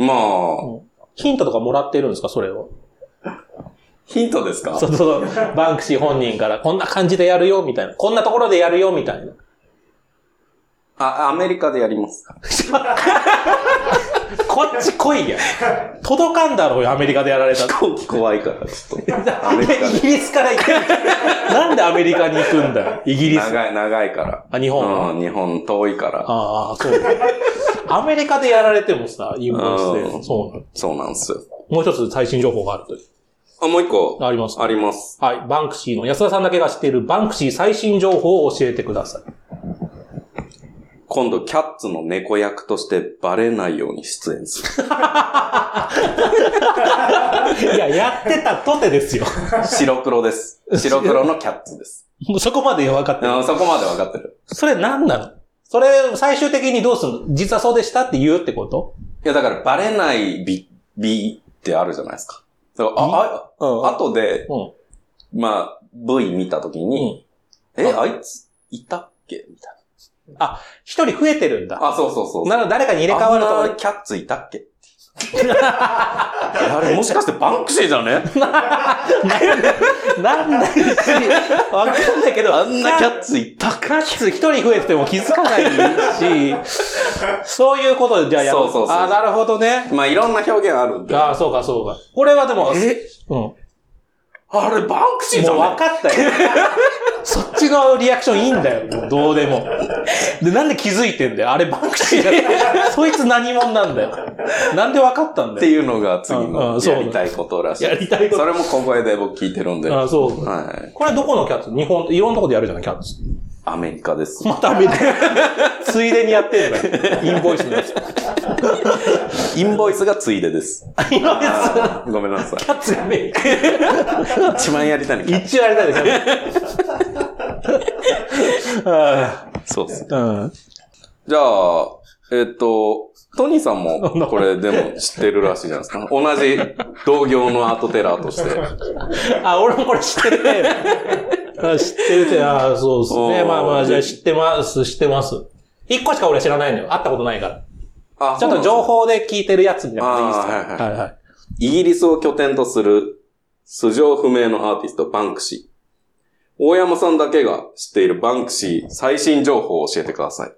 Speaker 2: ん。
Speaker 1: まあ、
Speaker 2: ヒントとかもらってるんですか、それを。
Speaker 1: ヒントですか
Speaker 2: そうそうそう。バンクシー本人から、こんな感じでやるよ、みたいな。こんなところでやるよ、みたいな。
Speaker 1: あ、アメリカでやります。
Speaker 2: こっち来いや。届かんだろうよ、アメリカでやられた
Speaker 1: 飛
Speaker 2: ら。
Speaker 1: 行機怖いから、ちょっと。アメリカ
Speaker 2: イ
Speaker 1: で。
Speaker 2: ギリスから行く。なんでアメリカに行くんだよ、イギリス。
Speaker 1: 長い、長いから。
Speaker 2: あ、日本。
Speaker 1: うん、日本遠いから。
Speaker 2: ああ、そう。アメリカでやられてもさ、インボイス
Speaker 1: う
Speaker 2: で。
Speaker 1: ん
Speaker 2: そうなの。
Speaker 1: そうなんですよ。
Speaker 2: もう一つ最新情報があるという。
Speaker 1: あ、もう一個。
Speaker 2: あります
Speaker 1: あります。
Speaker 2: はい。バンクシーの、安田さんだけが知っているバンクシー最新情報を教えてください。
Speaker 1: 今度、キャッツの猫役としてバレないように出 演する。
Speaker 2: いや、やってたとてですよ。
Speaker 1: 白黒です。白黒のキャッツです。
Speaker 2: もうそこまで分かってる。
Speaker 1: うんそこまでわかってる。
Speaker 2: それ何なのそれ、最終的にどうするの実はそうでしたって言うってこと
Speaker 1: いや、だから、バレない美、美ってあるじゃないですか。だからあ、
Speaker 2: う
Speaker 1: あ、後で、
Speaker 2: うん。
Speaker 1: まあ、V 見たときに、え、あいつ、いたっけみたい
Speaker 2: 一人増えてるんだ。
Speaker 1: な。あ、そうそうそう。
Speaker 2: なので誰かに入れ替わると
Speaker 1: あ
Speaker 2: か
Speaker 1: んなキャッツいたっけ あれ、もしかしてバンクシーじゃね
Speaker 2: なんだよ、わかんないけど、
Speaker 1: あんなキャッツいたっけ
Speaker 2: カッツ一人増えてても気づかないし、そういうことでじゃあやろ
Speaker 1: そうそうそう
Speaker 2: あ、なるほどね。
Speaker 1: まあ、いろんな表現あるんで。
Speaker 2: ああ、そうか、そうか。これはでも、
Speaker 1: え
Speaker 2: うん。も
Speaker 1: あれ、バンクシ
Speaker 2: う
Speaker 1: ーじゃ
Speaker 2: 分
Speaker 1: ね
Speaker 2: かったよ。そっちのリアクションいいんだよ。もうどうでも。で、なんで気づいてんだよ。あれバンクシーじゃない。そいつ何者なんだよ。なんで分かったん
Speaker 1: っ
Speaker 2: だ
Speaker 1: て
Speaker 2: よ。
Speaker 1: いうのが次
Speaker 2: うんう
Speaker 1: の
Speaker 2: んそう
Speaker 1: やりたいことらしい。
Speaker 2: やりたいこと
Speaker 1: それも小声で僕聞いてるんで。
Speaker 2: あ
Speaker 1: は
Speaker 2: あ、そう。
Speaker 1: い。
Speaker 2: これどこのキャッツ日本、いろんなとこでやるじゃない、キャッツ。
Speaker 1: アメリカです。
Speaker 2: またアメリカ。 ついでにやってんだよ。インボイスのやつ。
Speaker 1: インボイスがついでです。
Speaker 2: インボイス。
Speaker 1: あーごめんなさい。
Speaker 2: キャッツがメイク。
Speaker 1: 一番やりたいのが
Speaker 2: 一応あれだね。あ
Speaker 1: そうっす。
Speaker 2: あ
Speaker 1: じゃあ、えっと、トニーさんもこれでも知ってるらしいじゃないですか。同じ同業のアートテラーとして。
Speaker 2: うん。あ、俺もこれ知ってるね。あ知ってるって、ああ、そうですね。
Speaker 1: おー
Speaker 2: まあまあ、じゃあ知ってます、知ってます。一個しか俺知らないのよ。会ったことないから。
Speaker 1: あ
Speaker 2: ちょっと情報で聞いてるやつみたいな感じでいいです
Speaker 1: あ
Speaker 2: かはいはい。
Speaker 1: イギリスを拠点とする素性不明のアーティスト、バンクシー。大山さんだけが知っているバンクシー最新情報を教えてください。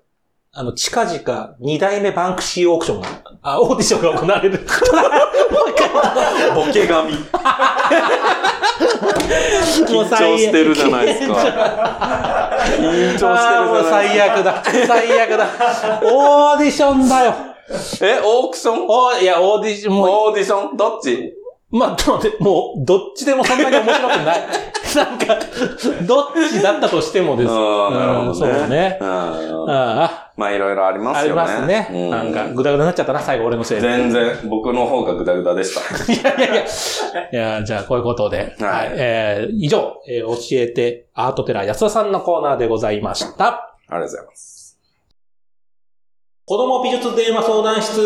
Speaker 2: あの、近々、二代目バンクシーオークションが、あ、オーディションが行わ れる。もう一回
Speaker 1: ボケ神。緊張してるじゃないですか。緊張してるじ
Speaker 2: あーもう
Speaker 1: ゃない
Speaker 2: 最悪だ。最悪だ。 オーディションだよ。
Speaker 1: え、オークション
Speaker 2: お、いや、オーディション、もう
Speaker 1: オーディションどっち
Speaker 2: まあ、でもね、もう、どっちでもそんなに面白くない。なんか、どっちだったとしてもです。
Speaker 1: ああ、なるほどね。
Speaker 2: うんそうだね。
Speaker 1: うん
Speaker 2: あ
Speaker 1: まあ、いろいろあります
Speaker 2: あ、あ
Speaker 1: よね。
Speaker 2: りますね。
Speaker 1: うん
Speaker 2: なんか、ぐだぐだになっちゃったな、最後俺のせいで。
Speaker 1: 全然、僕の方がグダグダでした。
Speaker 2: いやいやいや。いや、じゃあ、こういうことで。
Speaker 1: はい
Speaker 2: えー以上、えー教えて、アートテラー安田さんのコーナーでございました。
Speaker 1: ありがとうございます。
Speaker 2: 子供美術電話相談室。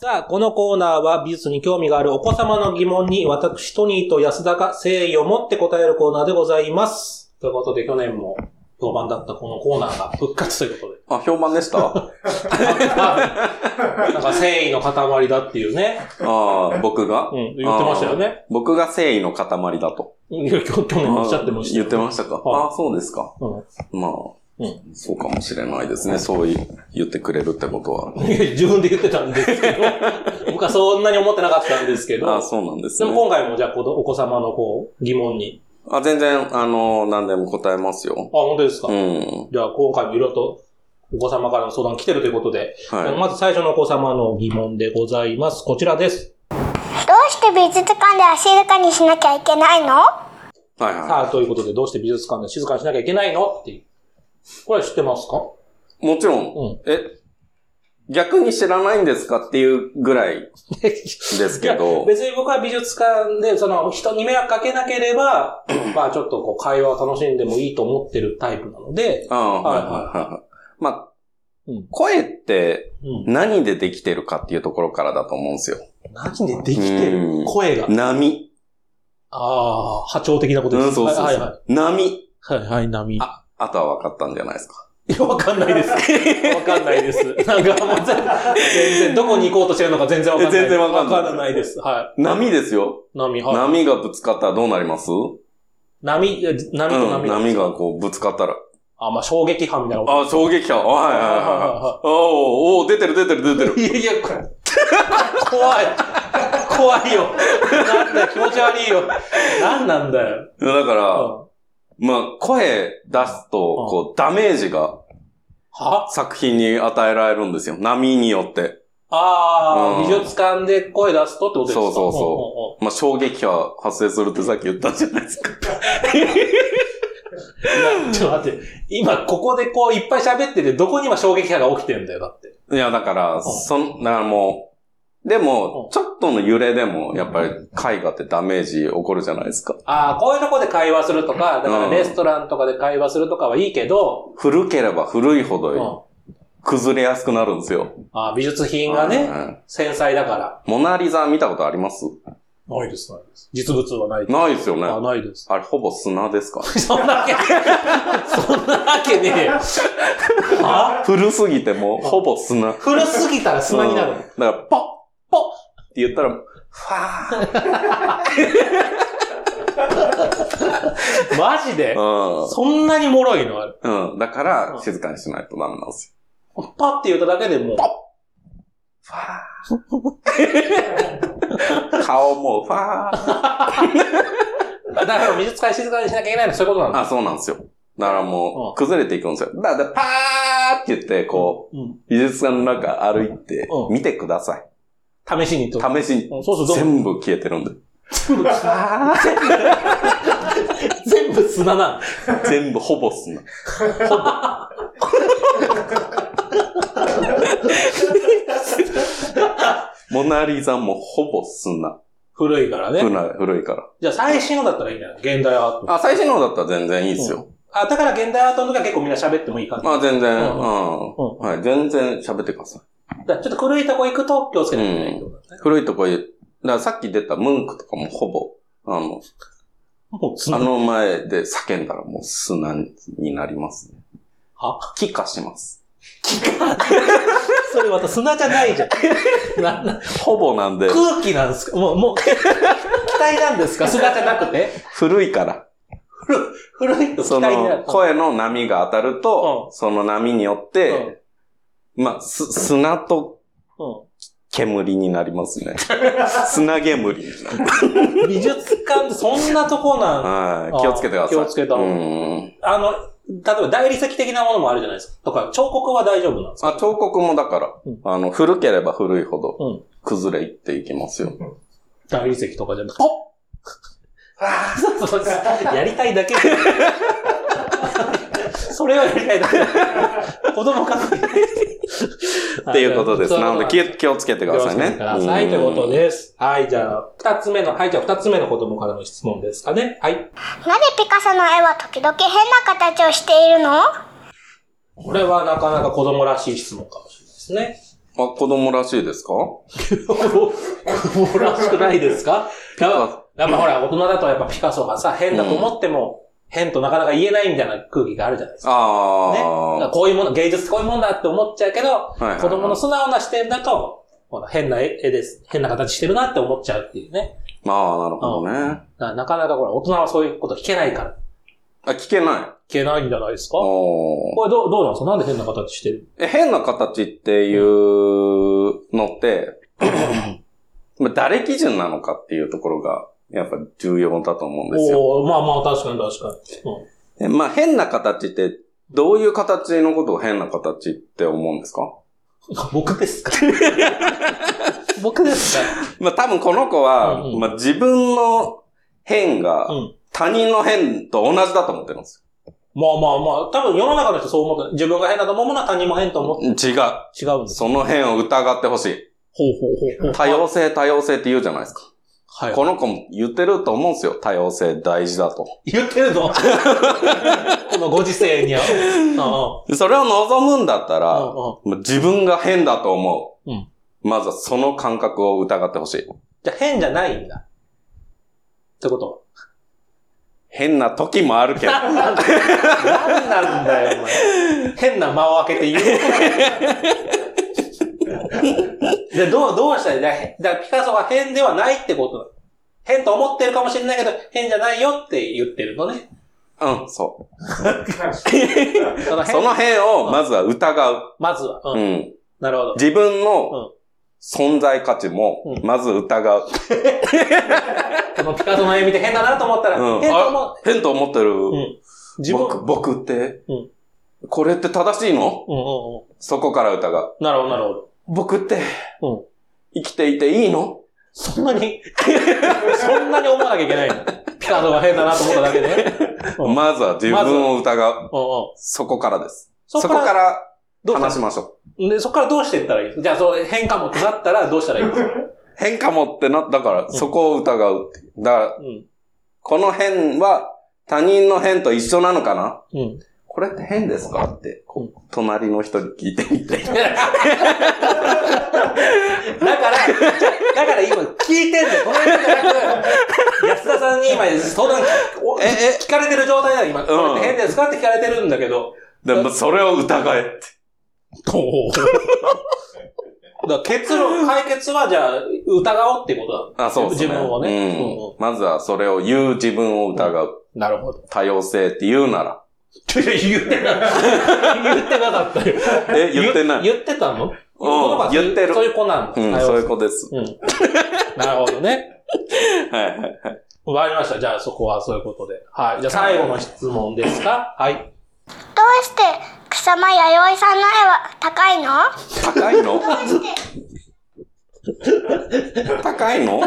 Speaker 2: さあ、このコーナーは美術に興味があるお子様の疑問に私、トニーと安田が誠意を持って答えるコーナーでございます。ということで、去年も評判だったこのコーナーが復活ということで。
Speaker 1: あ、評判でしたあ
Speaker 2: なんか誠意の塊だっていうね。
Speaker 1: あ、僕が
Speaker 2: うん、言ってましたよね。
Speaker 1: あー僕が誠意の塊だと。
Speaker 2: いや去去年もおっしゃってました
Speaker 1: 言
Speaker 2: よ。
Speaker 1: ってましたか。
Speaker 2: はい
Speaker 1: ああ、そうですか。まあ、
Speaker 2: う
Speaker 1: そうかもしれないですね。そういう言ってくれるってことは。
Speaker 2: うんいや自分で言ってたんですけど、僕はそんなに思ってなかったんですけ
Speaker 1: ああ、
Speaker 2: ど、
Speaker 1: そうなんです
Speaker 2: でも
Speaker 1: ね。
Speaker 2: 今回もじゃあこのお子様のこう疑問に。
Speaker 1: あ、全然、あの、何でも答えますよ
Speaker 2: あ、。本当ですか、
Speaker 1: うん。
Speaker 2: じゃあ今回もいろいろとお子様からの相談来てるということで、
Speaker 1: はい。
Speaker 2: まず最初のお子様の疑問でございます。こちらです。
Speaker 3: どうして美術館で足静かにしなきゃいけないの
Speaker 1: はい
Speaker 2: さ
Speaker 1: は
Speaker 2: あ、ということで、どうして美術館で静かにしなきゃいけないのっていう。これは知ってますか
Speaker 1: い。もちろん、
Speaker 2: うん。
Speaker 1: え、逆に知らないんですかっていうぐらいですけ
Speaker 2: いや
Speaker 1: ど、
Speaker 2: 別に僕は美術館で、その、人に迷惑かけなければ、まあちょっとこう、会話を楽しんでもいいと思ってるタイプなので、
Speaker 1: ああ、
Speaker 2: は
Speaker 1: はいいはいはいはい。まあ、
Speaker 2: うん
Speaker 1: 声って
Speaker 2: うん。
Speaker 1: 何でできてるかっていうところからだと思うんですよ。
Speaker 2: 何でできて
Speaker 1: う
Speaker 2: る
Speaker 1: ん
Speaker 2: 声が。
Speaker 1: 波。
Speaker 2: ああ、波長的なことです。
Speaker 1: うんそうそうそう
Speaker 2: はいはい
Speaker 1: 波。
Speaker 2: はい。はいはい、波。
Speaker 1: あ、あとは分かったんじゃないですか。
Speaker 2: いや、わかんないです。わかんないです。なんかもう全全然、どこに行こうとしてるのか全然わかんない。
Speaker 1: え全然わかんない
Speaker 2: わかんないです。は
Speaker 1: 波ですよ。
Speaker 2: い。波、はい。
Speaker 1: 波がぶつかったらどうなります
Speaker 2: 波、え波と
Speaker 1: うん
Speaker 2: 波。
Speaker 1: 波がこうぶつかったら、
Speaker 2: あ、まあ、衝撃波み たいなこと。
Speaker 1: あ、衝撃波。はいはいはいはい。おーおー出てる出てる出てる。
Speaker 2: い やいや、これ怖い。怖いよ。なんだよ、気持ち悪いよ。なんなんだよ。
Speaker 1: だか
Speaker 2: うん
Speaker 1: ら、まあ、声出すと、
Speaker 2: うん
Speaker 1: こう、ダメージが
Speaker 2: は
Speaker 1: 作品に与えられるんですよ。波によって。
Speaker 2: ああ、
Speaker 1: うん
Speaker 2: 美術館で声出すとってことですか
Speaker 1: そうそうそうん
Speaker 2: んん
Speaker 1: まあ、衝撃波発生するってさっき言ったじゃないですか。
Speaker 2: いやちょっと待って。今、ここでこう、いっぱい喋ってて、どこに今衝撃波が起きてんだよ、だって。
Speaker 1: いや、だから、そん、だからもう、で
Speaker 2: うん
Speaker 1: も、ちょっとの揺れでも、やっぱり絵画ってダメージ起こるじゃないですか。
Speaker 2: ああ、こういうとこで会話するとか、だから
Speaker 1: うん
Speaker 2: レストランとかで会話するとかはいいけど、
Speaker 1: 古ければ古いほ
Speaker 2: うん
Speaker 1: ど崩れやすくなるんですよ。
Speaker 2: あー美術品が
Speaker 1: う
Speaker 2: ね、
Speaker 1: ん
Speaker 2: 繊細だから。
Speaker 1: モナリザ見たことあります
Speaker 2: ないです、ないです。実物はない。
Speaker 1: ないですよ
Speaker 2: あ、
Speaker 1: ね。
Speaker 2: ないです。
Speaker 1: あれ、ほぼ砂ですか
Speaker 2: そんなわけ、 そんなわけねえよ。は
Speaker 1: 古すぎてもう、ほぼ砂。
Speaker 2: 古すぎたら砂になる
Speaker 1: うん。だから、ポッポッって言ったら、ファ
Speaker 2: マジで
Speaker 1: ー。
Speaker 2: そんなに脆いのある。
Speaker 1: うん。うん。だから、静かにしないとダメなんですよ。
Speaker 2: パって言っただけでもう、
Speaker 1: ファー。顔もファー。
Speaker 2: だから美術館静かにしなきゃいけないのそういうことなんだ。
Speaker 1: あ、そうなんですよ。だからも
Speaker 2: うん
Speaker 1: う、崩れていくんですよ。だから、パーって言って、こ
Speaker 2: うん。
Speaker 1: う、美術館の中歩いて
Speaker 2: う、ん
Speaker 1: 見てください。
Speaker 2: 試しにと。
Speaker 1: 試しに、
Speaker 2: うんそうするとどう
Speaker 1: 全部消えてるんで。
Speaker 2: 全部全部砂な
Speaker 1: 全部ほぼすな。ほぼ。モナリザもほぼすな。
Speaker 2: 古いからね。
Speaker 1: 古い古いか
Speaker 2: じゃあ最新のだったらいいんじゃない現代アート。
Speaker 1: ら。あ、最新の方だったら全然いいですよ。
Speaker 2: あ、だから現代アートの時は結構みんな喋ってもいい感じ。
Speaker 1: まあ全然、
Speaker 2: う
Speaker 1: うんん。
Speaker 2: うん
Speaker 1: はい、全然喋ってくださ
Speaker 2: だからちょっと古いとこ行くと気をつけなきゃいけないってことだね。
Speaker 1: い。古いとこへ、だからさっき出たムンクとかもほぼ、あの、
Speaker 2: もう
Speaker 1: あ
Speaker 2: 砂。
Speaker 1: の前で叫んだらもう砂になりますね。
Speaker 2: は
Speaker 1: 気化します。
Speaker 2: それまた砂じゃないじゃん。 なな
Speaker 1: ほぼなんで、
Speaker 2: 空気なんですかもう、もう、 気体なんですか砂じゃなくて
Speaker 1: 古いから。
Speaker 2: 古古いと気
Speaker 1: そ
Speaker 2: 体になる
Speaker 1: の。声の波が当たると、
Speaker 2: う
Speaker 1: その波によ
Speaker 2: う
Speaker 1: っ
Speaker 2: ん
Speaker 1: て、まあ、す、砂と
Speaker 2: う
Speaker 1: 煙になります ね。砂煙になる。
Speaker 2: ん美術館ってそんなとこなん
Speaker 1: はい。気をつけてください。
Speaker 2: 気をつけた
Speaker 1: うん。
Speaker 2: あの、例えば大理石的なものもあるじゃないですか。とか、彫刻は大丈夫なんですか
Speaker 1: あ、彫刻もだから
Speaker 2: うん、
Speaker 1: あの、古ければ古いほ
Speaker 2: う
Speaker 1: ど
Speaker 2: ん、
Speaker 1: 崩れいっていきますよ。
Speaker 2: 大理石とかじゃなくて、ポッそうそうやりたいだけ。それはやりたいだけ。子供か
Speaker 1: っていうことです。なので、
Speaker 2: 消
Speaker 1: 気
Speaker 2: え
Speaker 1: を気をつけて
Speaker 2: て
Speaker 1: くださいね。
Speaker 2: ください。ということ
Speaker 1: うん
Speaker 2: です。はい、じゃあ、二つ目の、はい、じゃあ二つ目の子供からの質問ですかね。はい。
Speaker 3: なぜピカソの絵は時々変な形をしているの
Speaker 2: これはなかなか子供らしい質問かもしれないですね。
Speaker 1: あ、子供らしいですか
Speaker 2: 子供らしくないですかやっぱ、やっぱほら、大人だとやっぱピカソがさ、変だと思っても、変となかなか言えないみたいな空気があるじゃないですか。ね。だから
Speaker 1: あ
Speaker 2: こういうもの、芸術ってこういうもんだって思っちゃうけど、
Speaker 1: いはいはい
Speaker 2: 子供の素直な視点だと、ほら変な絵です。変な形してるなって思っちゃうっていうね。
Speaker 1: あ。ああ、なるほどね。
Speaker 2: ななかなかほら、大人はそういうこと聞けないから。
Speaker 1: あ、聞けない。
Speaker 2: 聞けないんじゃないですかこ
Speaker 1: おー
Speaker 2: れどう、どうなんですかなんで変な形してる
Speaker 1: え変な形っていうのって、 まあ誰基準なのかっていうところが、やっぱ重要だと思うんですよ。
Speaker 2: おおまあまあ、確かに確かに。
Speaker 1: でまあ、変な形って、どういう形のことを変な形って思うんですか
Speaker 2: うん、僕ですか 僕ですか
Speaker 1: まあ、多分この子は、
Speaker 2: うんうん
Speaker 1: まあ、自分の変が
Speaker 2: うん、
Speaker 1: 他人の変と同じだと思ってるんです
Speaker 2: まあまあまあ、多分世の中の人そう思って、自分が変だと思うものは他人も変と思う。
Speaker 1: よ。違う。
Speaker 2: 違うんです。
Speaker 1: その変を疑ってほしい。
Speaker 2: ほうほうほう
Speaker 1: 多様性、多様性って言うじゃないですか。
Speaker 2: はい。
Speaker 1: この子も言ってると思うんですよ。多様性大事だと。
Speaker 2: 言ってる ぞこのご時世 には。うんうん
Speaker 1: でそれを望むんだったら、
Speaker 2: うんうん
Speaker 1: まあ自分が変だと思う。
Speaker 2: うん
Speaker 1: まずはその感覚を疑ってほしい。
Speaker 2: じゃあ変じゃないんだ。ってこと
Speaker 1: 変な時もある けど。
Speaker 2: 何なんだよ、お前。変な間を開けて 言う。でどう、どうしたらいいだからだからピカソが変ではないってことだ。変と思ってるかもしれないけど、変じゃないよって言ってるのね。
Speaker 1: う ん、そう。
Speaker 2: その
Speaker 1: そ
Speaker 2: 辺
Speaker 1: の辺を、まずは疑う。
Speaker 2: まずは、う。
Speaker 1: うんん。
Speaker 2: なるほど。
Speaker 1: 自分
Speaker 2: うん
Speaker 1: の存在価値も
Speaker 2: う、ん
Speaker 1: まず疑う。
Speaker 2: このピカソの絵見て変だなと思ったら、
Speaker 1: うん
Speaker 2: 変と思う。
Speaker 1: 変と思ってる。
Speaker 2: うん。自分、
Speaker 1: 僕、僕って、
Speaker 2: うん
Speaker 1: これって正しいの
Speaker 2: うんうんう
Speaker 1: そこから疑う。
Speaker 2: ん。なるほど、なるほど。
Speaker 1: 僕って、
Speaker 2: うん
Speaker 1: 生きていていいの
Speaker 2: そんな に、そんなに思わなきゃいけないのピカソが変だなと思っただけで。うん
Speaker 1: まずは自分を疑う。
Speaker 2: うんうん。
Speaker 1: そこからです。
Speaker 2: そ
Speaker 1: そ
Speaker 2: こ
Speaker 1: こ
Speaker 2: から
Speaker 1: から
Speaker 2: どう
Speaker 1: 話
Speaker 2: し
Speaker 1: しましょう。
Speaker 2: で、そこからどうしていったらいいですじゃあ、そう、変かもってなったらどうしたらいいですか
Speaker 1: 変かもってな、だから、そこを疑うっていう。だから、
Speaker 2: うん。
Speaker 1: この変は他人の変と一緒なのかな
Speaker 2: うん。
Speaker 1: これって変ですかって、こう隣の人に聞いてみ て。
Speaker 2: だから、だから今聞いてんだよ。この辺じゃなく、安田さんに今、相談、お
Speaker 1: え、え、
Speaker 2: 聞かれてる状態なの今。
Speaker 1: ん
Speaker 2: これって変ですかって聞かれてるんだけど。
Speaker 1: でもそれを疑えって。
Speaker 2: と。だから結論、解決はじゃあ、疑おうってことだ。
Speaker 1: あ、そうですね。
Speaker 2: 自分をねうん
Speaker 1: うん。まずはそれを言う自分を疑う。
Speaker 2: なるほど。
Speaker 1: 多様性って言うなら。
Speaker 2: 言ってなかった。言ってなかったよ。
Speaker 1: え、言ってない。
Speaker 2: 言言ってたの
Speaker 1: うん
Speaker 2: 言葉そういう
Speaker 1: 言ってる
Speaker 2: そういう子なんだ。
Speaker 1: うん、そういうことです。
Speaker 2: うん。 なるほどね。
Speaker 1: はいはい。
Speaker 2: わかりました。じゃあそこはそういうことで。はい。じゃあ最後の質問ですかはい。
Speaker 3: どうして草間弥生さんの絵は高いの
Speaker 1: 高いの
Speaker 3: どうして
Speaker 1: 高いの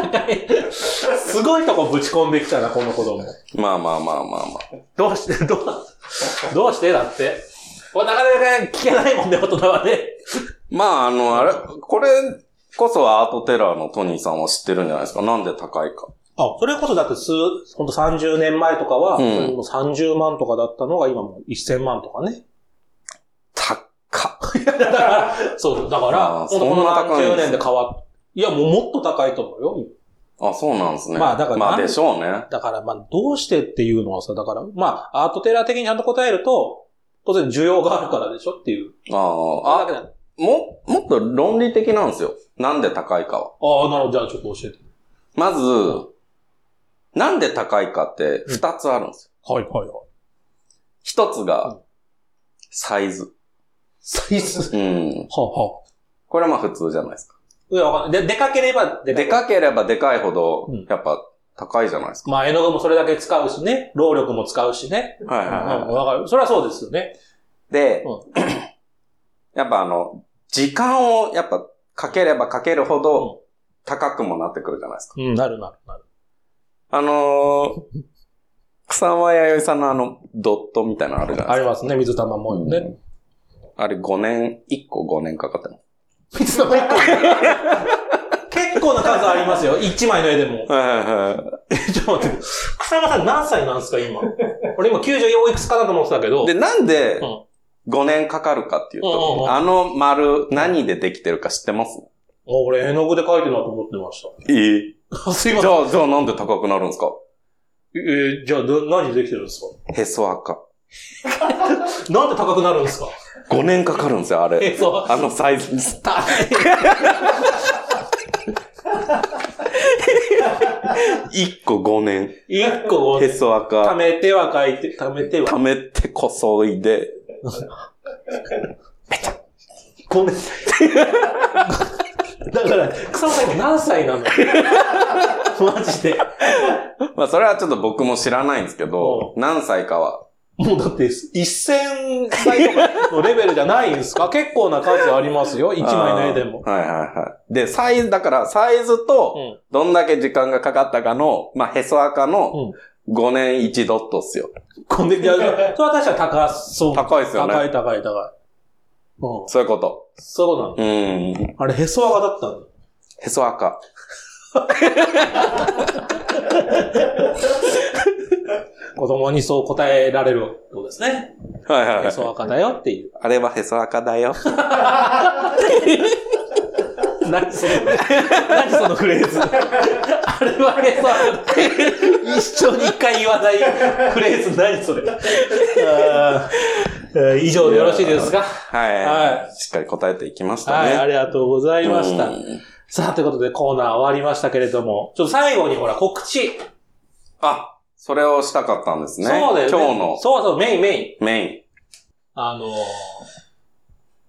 Speaker 2: すごいとこぶち込んできたな、この子供。
Speaker 1: まあまあまあまあま
Speaker 2: どうして、どう、どうしてだって。これなかなか聞けないもんね、大人はね。
Speaker 1: あ。まああの、あれ、これこそアートテラーのトニーさんは知ってるんじゃないですか。なんで高いか。
Speaker 2: あ、それこそだって数、ほんと30年前とかは、
Speaker 1: うん
Speaker 2: もう30万とかだったのが今もう1000万とかね。
Speaker 1: 高っ。
Speaker 2: だから、 そう、だから、
Speaker 1: あー
Speaker 2: ほんとこの
Speaker 1: そんな高いんです
Speaker 2: 30年で変わっいや、もうもっと高いと思うよ、今
Speaker 1: あ、そうなんですね。
Speaker 2: まあだから
Speaker 1: ま
Speaker 2: な
Speaker 1: あ
Speaker 2: ん
Speaker 1: でしょうね。
Speaker 2: だから、まあ、どうしてっていうのはさ、だから、まあ、アートテラー的にちゃんと答えると、当然需要があるからでしょっていう。
Speaker 1: ああ、あ、
Speaker 2: ああ、
Speaker 1: も、もっと論理的なんですよ。なんで高いかは。
Speaker 2: なるほど。じゃあ、ちょっと教えて。
Speaker 1: まず、なんで高いかって二つあるんですよ。
Speaker 2: はい、はい、はい。
Speaker 1: 一つ
Speaker 2: う
Speaker 1: が
Speaker 2: ん、
Speaker 1: サイズ。
Speaker 2: サイズ。
Speaker 1: う
Speaker 2: は
Speaker 1: ん。
Speaker 2: あ、はあ。
Speaker 1: これはまあ普通じゃないですか。
Speaker 2: いや、わかんない。で、でかければでか
Speaker 1: で
Speaker 2: い。
Speaker 1: かければでかいほど
Speaker 2: うん、
Speaker 1: やっぱ高いじゃないです
Speaker 2: まあ、絵の具もそれだけ使うしね。労力も使うしね。
Speaker 1: か。は
Speaker 2: う
Speaker 1: い
Speaker 2: ん、
Speaker 1: はいはい。
Speaker 2: わかる。それはそうですよね。
Speaker 1: で、
Speaker 2: う
Speaker 1: やっぱあの、時間をやっぱかければかけるほど高くもなってくるじゃないですか。
Speaker 2: うん、なるなるなる。
Speaker 1: あのー、草間彌生さんのあの、ドットみたいなのあるじゃな
Speaker 2: あ
Speaker 1: いで
Speaker 2: りますね、水玉もよ
Speaker 1: すか。
Speaker 2: ね。
Speaker 1: あれ5年、1個5年かかったの。
Speaker 2: 水玉 一個。結構な数ありますよ。一枚の絵でも。
Speaker 1: はいはいは
Speaker 2: ちょっと待って、草山さん何歳なんですか、今。俺今94いくつかなと思ってたけど。
Speaker 1: い。で、なんで
Speaker 2: うん
Speaker 1: 5年かかるかっていう
Speaker 2: うんうんう
Speaker 1: と、
Speaker 2: ん
Speaker 1: あの丸、何でできてるか知ってます
Speaker 2: あ俺絵の具で描いてるなと思ってまし
Speaker 1: いい
Speaker 2: た。すい
Speaker 1: じゃあ、じゃあなんで高くなるんですか
Speaker 2: えーじゃあ、ど何でできてるんです
Speaker 1: へそ赤。
Speaker 2: かなんで高くなるんですか
Speaker 1: 5年かかるんですよ、あ
Speaker 2: へ
Speaker 1: れ。
Speaker 2: そ
Speaker 1: あのサイズに。
Speaker 2: た
Speaker 1: 1個5年。
Speaker 2: 一個を
Speaker 1: へそ
Speaker 2: 貯
Speaker 1: 赤。
Speaker 2: めては描いて、貯めて
Speaker 1: 溜
Speaker 2: は。
Speaker 1: めてこそいで。
Speaker 2: ごめん。だから、草山さん今何歳なのマジで。
Speaker 1: まあ、それはちょっと僕も知らないんですけど、何歳かは。
Speaker 2: もうだって、1000歳とかのレベルじゃないんですか結構な数ありますよ、一枚の絵でも。
Speaker 1: あーはいはいはい。で、サイズ、だから、サイズと、
Speaker 2: ん。
Speaker 1: どんだけ時間がかかったかの、まあ、へそ赤の、5年1ドットっすよ。
Speaker 2: こんで、い や、それは確かに高そう。
Speaker 1: 高いっすよね
Speaker 2: 高い高い高い。うん。
Speaker 1: そういうこと。
Speaker 2: そうなの。
Speaker 1: うん。
Speaker 2: あれ、へそ赤だったんだ。
Speaker 1: へそ赤。
Speaker 2: 子供にそう答えられるってことですね。
Speaker 1: はいはい
Speaker 2: へ
Speaker 1: はい。
Speaker 2: そ赤だよって いう。
Speaker 1: あれはへそ赤だよ。
Speaker 2: 何その、何そのフレーズ。あれはへそ赤だ。一生に一回言わないフレーズ、何それ。あーえー以上でよろしいですか
Speaker 1: はい。
Speaker 2: は
Speaker 1: しっかり答えていきました
Speaker 2: は
Speaker 1: ね。
Speaker 2: い、ありがとうございました。
Speaker 1: うん
Speaker 2: さあ、ということでコーナー終わりましたけれども、ちょっと最後にほら、告知。
Speaker 1: あ、それをしたかったんですね。
Speaker 2: そうだよね。
Speaker 1: 今日の
Speaker 2: そうそう、メインメイン。
Speaker 1: メイン。
Speaker 2: あのー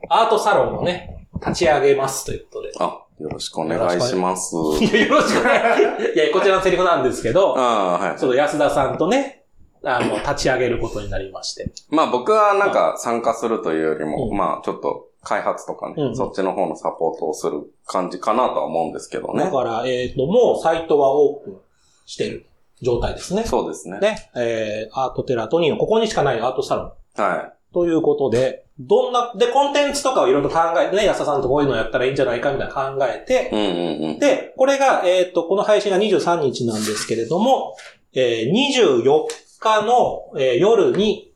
Speaker 2: アートサロンをね、立ち上げますということで。
Speaker 1: あ、よろしくお願いします。
Speaker 2: いや、よろしくない。い や、こちらのセリフなんですけど、
Speaker 1: ああー、はい。
Speaker 2: ちょっと安田さんとね、あの、立ち上げることになりまして。
Speaker 1: まあ僕はなんか参加するというよりも、
Speaker 2: うん
Speaker 1: まあちょっと開発とかね、
Speaker 2: うん
Speaker 1: そっちの方のサポートをする感じかなとは思うんですけど
Speaker 2: だ
Speaker 1: ね。
Speaker 2: から、えっ、と、もうサイトはオープンしてる状態ですね。
Speaker 1: そうですね。
Speaker 2: ね、えー、アートテラトニーのここにしかないアートサロン。
Speaker 1: は
Speaker 2: ということで、どんな、で、コンテンツとかをいろいろ考えてね、安田さんとこういうのやったらいいんじゃないかみたいな考えて
Speaker 1: い。う、んうんうん。
Speaker 2: で、これが、えっ、と、この配信が23日なんですけれども、えー24日の、えー夜に、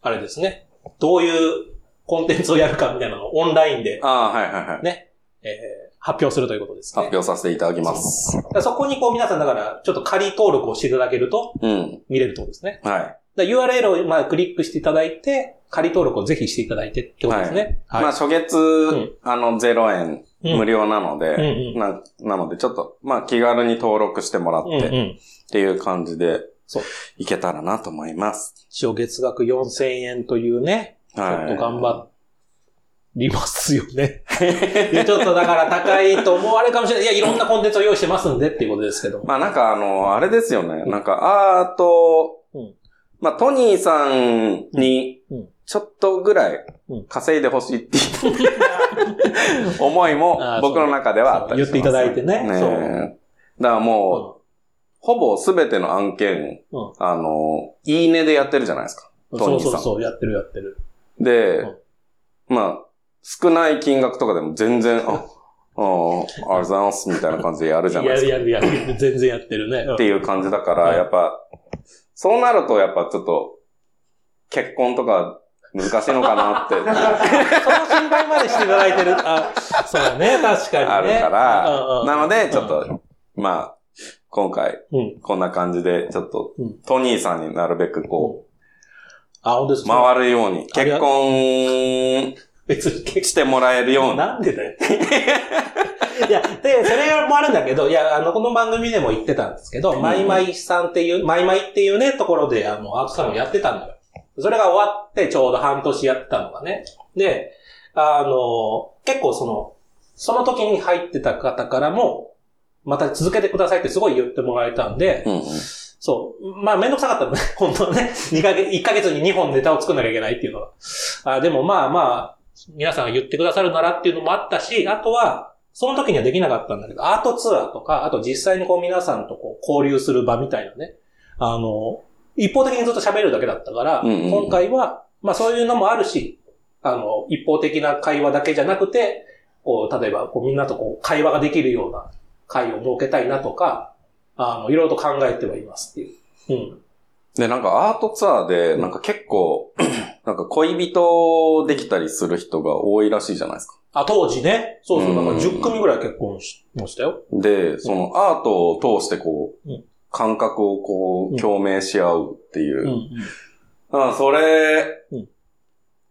Speaker 2: あれですね、どういうコンテンツをやるかみたいなのをオンラインで、
Speaker 1: ああ、はいはいはい。
Speaker 2: ね、えー発表するということです
Speaker 1: 発
Speaker 2: ね。
Speaker 1: 表させていただきます。
Speaker 2: だからそこにこう皆さんだから、ちょっと仮登録をしていただけると
Speaker 1: うん。
Speaker 2: 見れるとことですね。
Speaker 1: はい。
Speaker 2: だから URL をまあクリックしていただいて、仮登録をぜひしていただいてってことですね。はい。
Speaker 1: まあ初月、
Speaker 2: ん
Speaker 1: あの、0円
Speaker 2: うん
Speaker 1: 無料なので、
Speaker 2: うんうん
Speaker 1: ななのでちょっと、まあ気軽に登録してもらっ
Speaker 2: うんう
Speaker 1: て、っ
Speaker 2: ん。
Speaker 1: ていう感じで
Speaker 2: そう、
Speaker 1: いけたらなと思います。
Speaker 2: 一応月額4000円というね、ちょ
Speaker 1: は
Speaker 2: っと
Speaker 1: い。
Speaker 2: 頑張りますよね。 いやちょっとだから高いと思われるかもしれない。いや、いろんなコンテンツを用意してますんでっていうことですけど。
Speaker 1: まあなんかあの、あれですよね。
Speaker 2: うん
Speaker 1: なんかアート、
Speaker 2: うん
Speaker 1: まあトニーさんに
Speaker 2: うんうん、
Speaker 1: ちょっとぐらい
Speaker 2: うん
Speaker 1: 稼いでほしいっていう 思いも
Speaker 2: あー
Speaker 1: 僕の中ではあったりします、
Speaker 2: そう言っていただいてね
Speaker 1: え
Speaker 2: そう
Speaker 1: だからもう、
Speaker 2: う
Speaker 1: ほぼすべての案件、
Speaker 2: うん
Speaker 1: あの、いいねでやってるじゃないですか。
Speaker 2: ん
Speaker 1: トニ
Speaker 2: そ
Speaker 1: ー
Speaker 2: う
Speaker 1: さん
Speaker 2: そうそう、やってるやってる。
Speaker 1: で、
Speaker 2: うん
Speaker 1: まあ、少ない金額とかでも全然、あ、あーありがとうございます、みたいな感じでやるじゃ
Speaker 2: や
Speaker 1: ないですか
Speaker 2: るやるやる。全然やってるね。うん
Speaker 1: っていう感じだか
Speaker 2: は
Speaker 1: ら、
Speaker 2: い
Speaker 1: やっぱ、そうなるとやっぱちょっと、結婚とか難しいのかな って、
Speaker 2: その心配までしていただいてる。あ、そうだね、確かにね。
Speaker 1: あるから、
Speaker 2: うんうん
Speaker 1: なので、ちょっと、まあ、今回、
Speaker 2: うん
Speaker 1: こんな感じで、ちょっと
Speaker 2: うん、
Speaker 1: トニーさんになるべくこ
Speaker 2: あ、本当です
Speaker 1: う、回るように、
Speaker 2: ありが
Speaker 1: 結婚
Speaker 2: 別に結
Speaker 1: してもらえるように、
Speaker 2: なんでだよ。いや、で、それもあるんだけど、いや、あの、この番組でも言ってたんですけど、
Speaker 1: ん
Speaker 2: マイマイさんっていう、マイマイっていうね、ところで、あの、アートサロンやってたんだよ。それが終わって、ちょうど半年やってたのがね。で、あの、結構その、その時に入ってた方からも、また続けてくださいってすごい言ってもらえたんで、
Speaker 1: うんうん
Speaker 2: そう。まあ、めんどくさかったのね。 本当はね。2ヶ月、1ヶ月に2本ネタを作んなきゃいけないっていうのは。あでもまあまあ、皆さんが言ってくださるならっていうのもあったし、あとは、その時にはできなかったんだけど、アートツアーとか、あと実際にこう皆さんとこう交流する場みたいなね。あの、一方的にずっと喋るだけだったから、
Speaker 1: うんうんうん
Speaker 2: 今回は、まあそういうのもあるし、あの、一方的な会話だけじゃなくて、こう、例えばこうみんなとこう会話ができるような会を設けたいなとか、あの、いろいろと考えてはいますっていう。うん。
Speaker 1: で、なんかアートツアーで、なんか結構、 なんか恋人できたりする人が多いらしいじゃないですか。
Speaker 2: あ、当時ね。そうそう。だから
Speaker 1: うん
Speaker 2: 10組ぐらい結婚しましたよ。
Speaker 1: で、そのアートを通してこう、
Speaker 2: うん
Speaker 1: 感覚をこ
Speaker 2: うん
Speaker 1: う、共鳴し合うっていうう。
Speaker 2: ん、うん。
Speaker 1: ああそれ、
Speaker 2: うん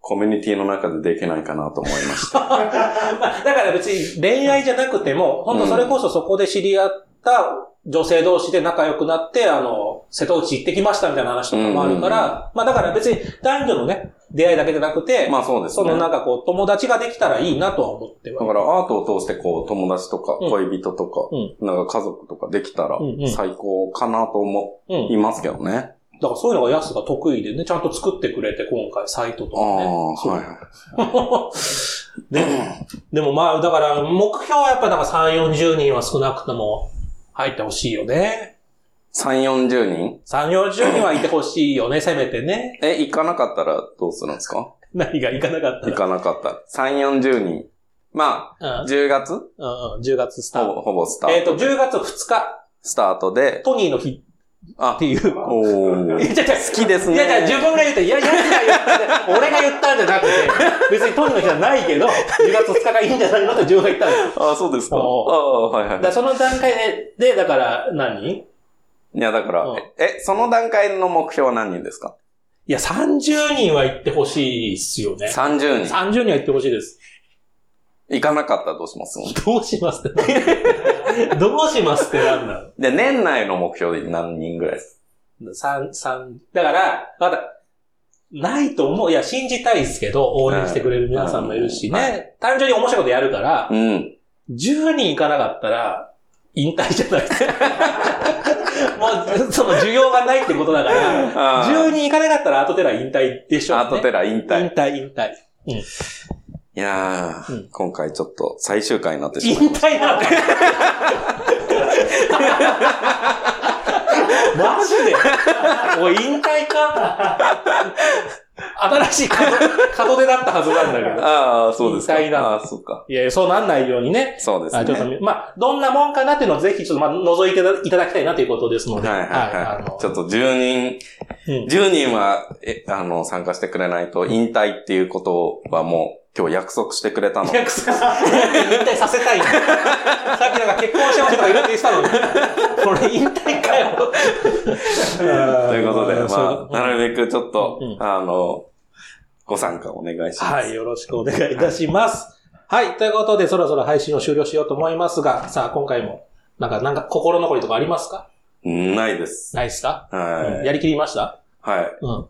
Speaker 1: コミュニティの中でできないかなと思いま した。
Speaker 2: まあ、だから別に恋愛じゃなくても、本当それこそそこで知り合った女性同士で仲良くなって、あの、瀬戸内行ってきましたみたいな話とかもあるから、
Speaker 1: うん
Speaker 2: まあだから別に男女のね、出会いだけじゃなくて、
Speaker 1: まあそうです
Speaker 2: そ
Speaker 1: ね。
Speaker 2: の
Speaker 1: だ
Speaker 2: な
Speaker 1: か
Speaker 2: んかこう、友達ができたらいいなとは思っては。
Speaker 1: らアートを通してこう、友達とか
Speaker 2: うん
Speaker 1: 恋人とか、なんか家族とかできたら
Speaker 2: うんうん
Speaker 1: 最高かなと思
Speaker 2: うん。
Speaker 1: いますけどね。
Speaker 2: だからそういうのがヤスが得意でね、ちゃんと作ってくれて、今回、サイトとか
Speaker 1: あ
Speaker 2: ね。
Speaker 1: あ、
Speaker 2: そう
Speaker 1: はいはい。
Speaker 2: でも、でもまあ、だから、目標はやっぱなんか3、40人は少なくとも入ってほしいよね。
Speaker 1: 3、40人
Speaker 2: 3、40人はいてほしいよね、せめてね。
Speaker 1: え、行かなかったらどうするんですか
Speaker 2: 何がいかなかった
Speaker 1: 行
Speaker 2: ら。
Speaker 1: かなかったら。3、40人。まあ、10月ほ
Speaker 2: うん、うん、10月スター
Speaker 1: ぼ、
Speaker 2: ト。
Speaker 1: ほぼスタ
Speaker 2: えっ、
Speaker 1: ート。
Speaker 2: と、10月2日、
Speaker 1: スタートで。
Speaker 2: トニーの日
Speaker 1: あ
Speaker 2: って、いう。
Speaker 1: おー。
Speaker 2: いや、好
Speaker 1: きですね
Speaker 2: いや、いや、自分が言って、いや、いや、いや、俺が言ったんじゃなくて、別にトニーの日じゃないけど、10月2日がいいんじゃないのって自分が言ったんです よ
Speaker 1: あ、そうですか。あ
Speaker 2: おー
Speaker 1: あ、はいはい
Speaker 2: だか。らその段階で、で、だから何、い
Speaker 1: いや、だから、
Speaker 2: うん
Speaker 1: え、その段階の目標は何人ですか
Speaker 2: や、30人は行ってほしいっすよね。
Speaker 1: ?30 人。
Speaker 2: 30人は行ってほしいです。
Speaker 1: 行かなかったらどうします
Speaker 2: どうしますってなんだどうしますってなんだろう
Speaker 1: で、年内の目標で何人ぐらいです
Speaker 2: 三、三、だから、まだ、ないと思う。いや、信じたいですけど、応援してくれる皆さんもいるし
Speaker 1: は
Speaker 2: ね。単純に面白いことやるから、
Speaker 1: うん。
Speaker 2: 10人いかなかったら、引退じゃない。もう、その需要がないってことだから、
Speaker 1: あー
Speaker 2: 10人いかなかったら後手ら引退でしょう、ね。
Speaker 1: アートテラ引退。
Speaker 2: 引退、引退。
Speaker 1: いやー、
Speaker 2: うん
Speaker 1: 今回ちょっと最終回になってしま
Speaker 2: 引退なんだよ。マジでおい、引退か新しい門門出だったはずなんだけ
Speaker 1: う。
Speaker 2: ど。
Speaker 1: ああ、そうですか。
Speaker 2: 引退なんだ
Speaker 1: ああー、そうか。
Speaker 2: いやいや、そうなんないようにね。
Speaker 1: そうです
Speaker 2: あ
Speaker 1: ね。
Speaker 2: ちょっと、まあ、どんなもんかなっていうのをぜひ、ちょっと、まあ、覗いていただきたいなということですので。
Speaker 1: はいはいはい。
Speaker 2: あの
Speaker 1: ちょっと10人、
Speaker 2: うん
Speaker 1: 10人は、え、あの、参加してくれないと、引退っていうことはもう、今日約束してくれたの
Speaker 2: い。や、くそ引退させたい んだ。さっきなんか結婚してましたとかいろいろ言って たのに。これ引退かよ。
Speaker 1: と
Speaker 2: と
Speaker 1: いうことで、まあ、なるべくちょっと
Speaker 2: うん、
Speaker 1: あの、ご参加お願いします。
Speaker 2: はい、よろしくお願いいたします。はい、ということで、そろそろ配信を終了しようと思いますが、さあ、今回も、なんか、なんか、心残りとかありますか
Speaker 1: うんないです。
Speaker 2: ないですか、うん
Speaker 1: はい。
Speaker 2: やりきりました
Speaker 1: はい。
Speaker 2: うん。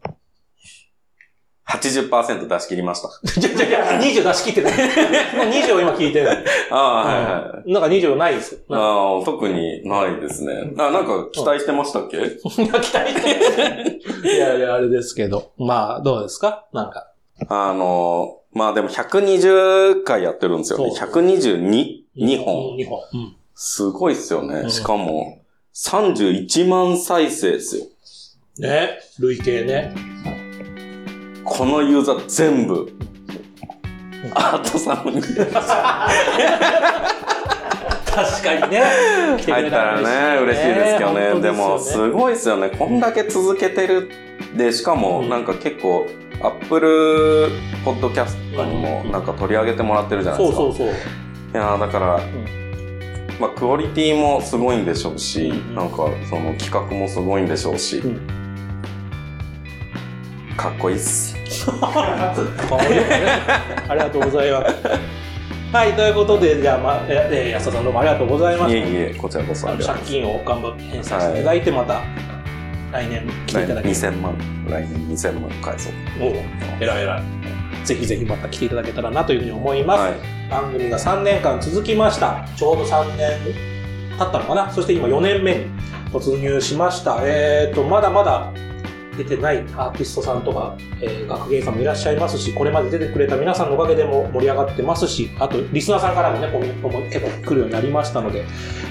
Speaker 1: 80%出し切り ました。
Speaker 2: じゃじゃじゃ20出し切ってない。 もう20を今聞いてる。
Speaker 1: ああ、はいはい。
Speaker 2: なんか20ない です。なんか
Speaker 1: ああ、特にないですね。あ、なんか期待してましたっけ、
Speaker 2: 期待して。いやいや、あれですけど。まあ、どうですかなんか。
Speaker 1: あの、まあでも120回やってるんですよね。
Speaker 2: そう
Speaker 1: 122、2本。
Speaker 2: 2本。うん。
Speaker 1: すごいっすよ
Speaker 2: う
Speaker 1: ね。
Speaker 2: ん
Speaker 1: しかも、31万再生っすよ。
Speaker 2: ね。累計ね。
Speaker 1: このユーザー全部、アートさんに
Speaker 2: 確かにね。 来てく
Speaker 1: 入
Speaker 2: れ
Speaker 1: ったらね、嬉しいですけどね。でも、
Speaker 2: い。
Speaker 1: すごいっすよね。こんだけ続けてる。で、しかも
Speaker 2: う、ん
Speaker 1: なんか結構、アップルポッドキャストにも
Speaker 2: うん
Speaker 1: なんか取り上げてもらってるじゃないで
Speaker 2: そう
Speaker 1: すか。
Speaker 2: そうそう。
Speaker 1: いやーだから、まあ、クオリティもすごいんでしょう
Speaker 2: う
Speaker 1: し、
Speaker 2: んうん
Speaker 1: なんかその企画もすごいんでしょうし、
Speaker 2: う
Speaker 1: かっこいいっす。
Speaker 2: ありがとうございます。 はい、ということで、じゃあ、まあ、え、え安田さんどうもありがとうございま
Speaker 1: い
Speaker 2: し
Speaker 1: えいえ、こちらこそ
Speaker 2: た。
Speaker 1: ありがとう
Speaker 2: 借金を頑張って返済していただいて、また、来年来ていただ
Speaker 1: 来
Speaker 2: け
Speaker 1: 年
Speaker 2: る
Speaker 1: 2000万、来年2000万返そう。
Speaker 2: おうえらいえらい。ぜひぜひまた来ていただけたらなというふうに思います。
Speaker 1: はい。
Speaker 2: 番組が3年間続きました。ちょうど3年経ったのかなそして今4年目に突入しました。えーと、まだまだ出てないアーティストさんとか、えー学芸員さんもいらっしゃいますし、これまで出てくれた皆さんのおかげでも盛り上がってますし、あと、リスナーさんからもね、コメントも結構来るようになりましたので、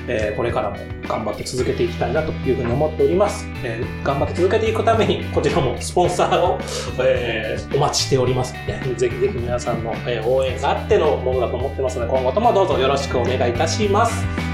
Speaker 2: えーこれからも頑張って続けていきたいなというふうに思っております。えー頑張って続けていくために、こちらもスポンサーを、えーお待ちしておりますので、ぜひぜひ皆さんの、えー応援があってのものだと思ってますので、今後ともどうぞよろしくお願いいたします。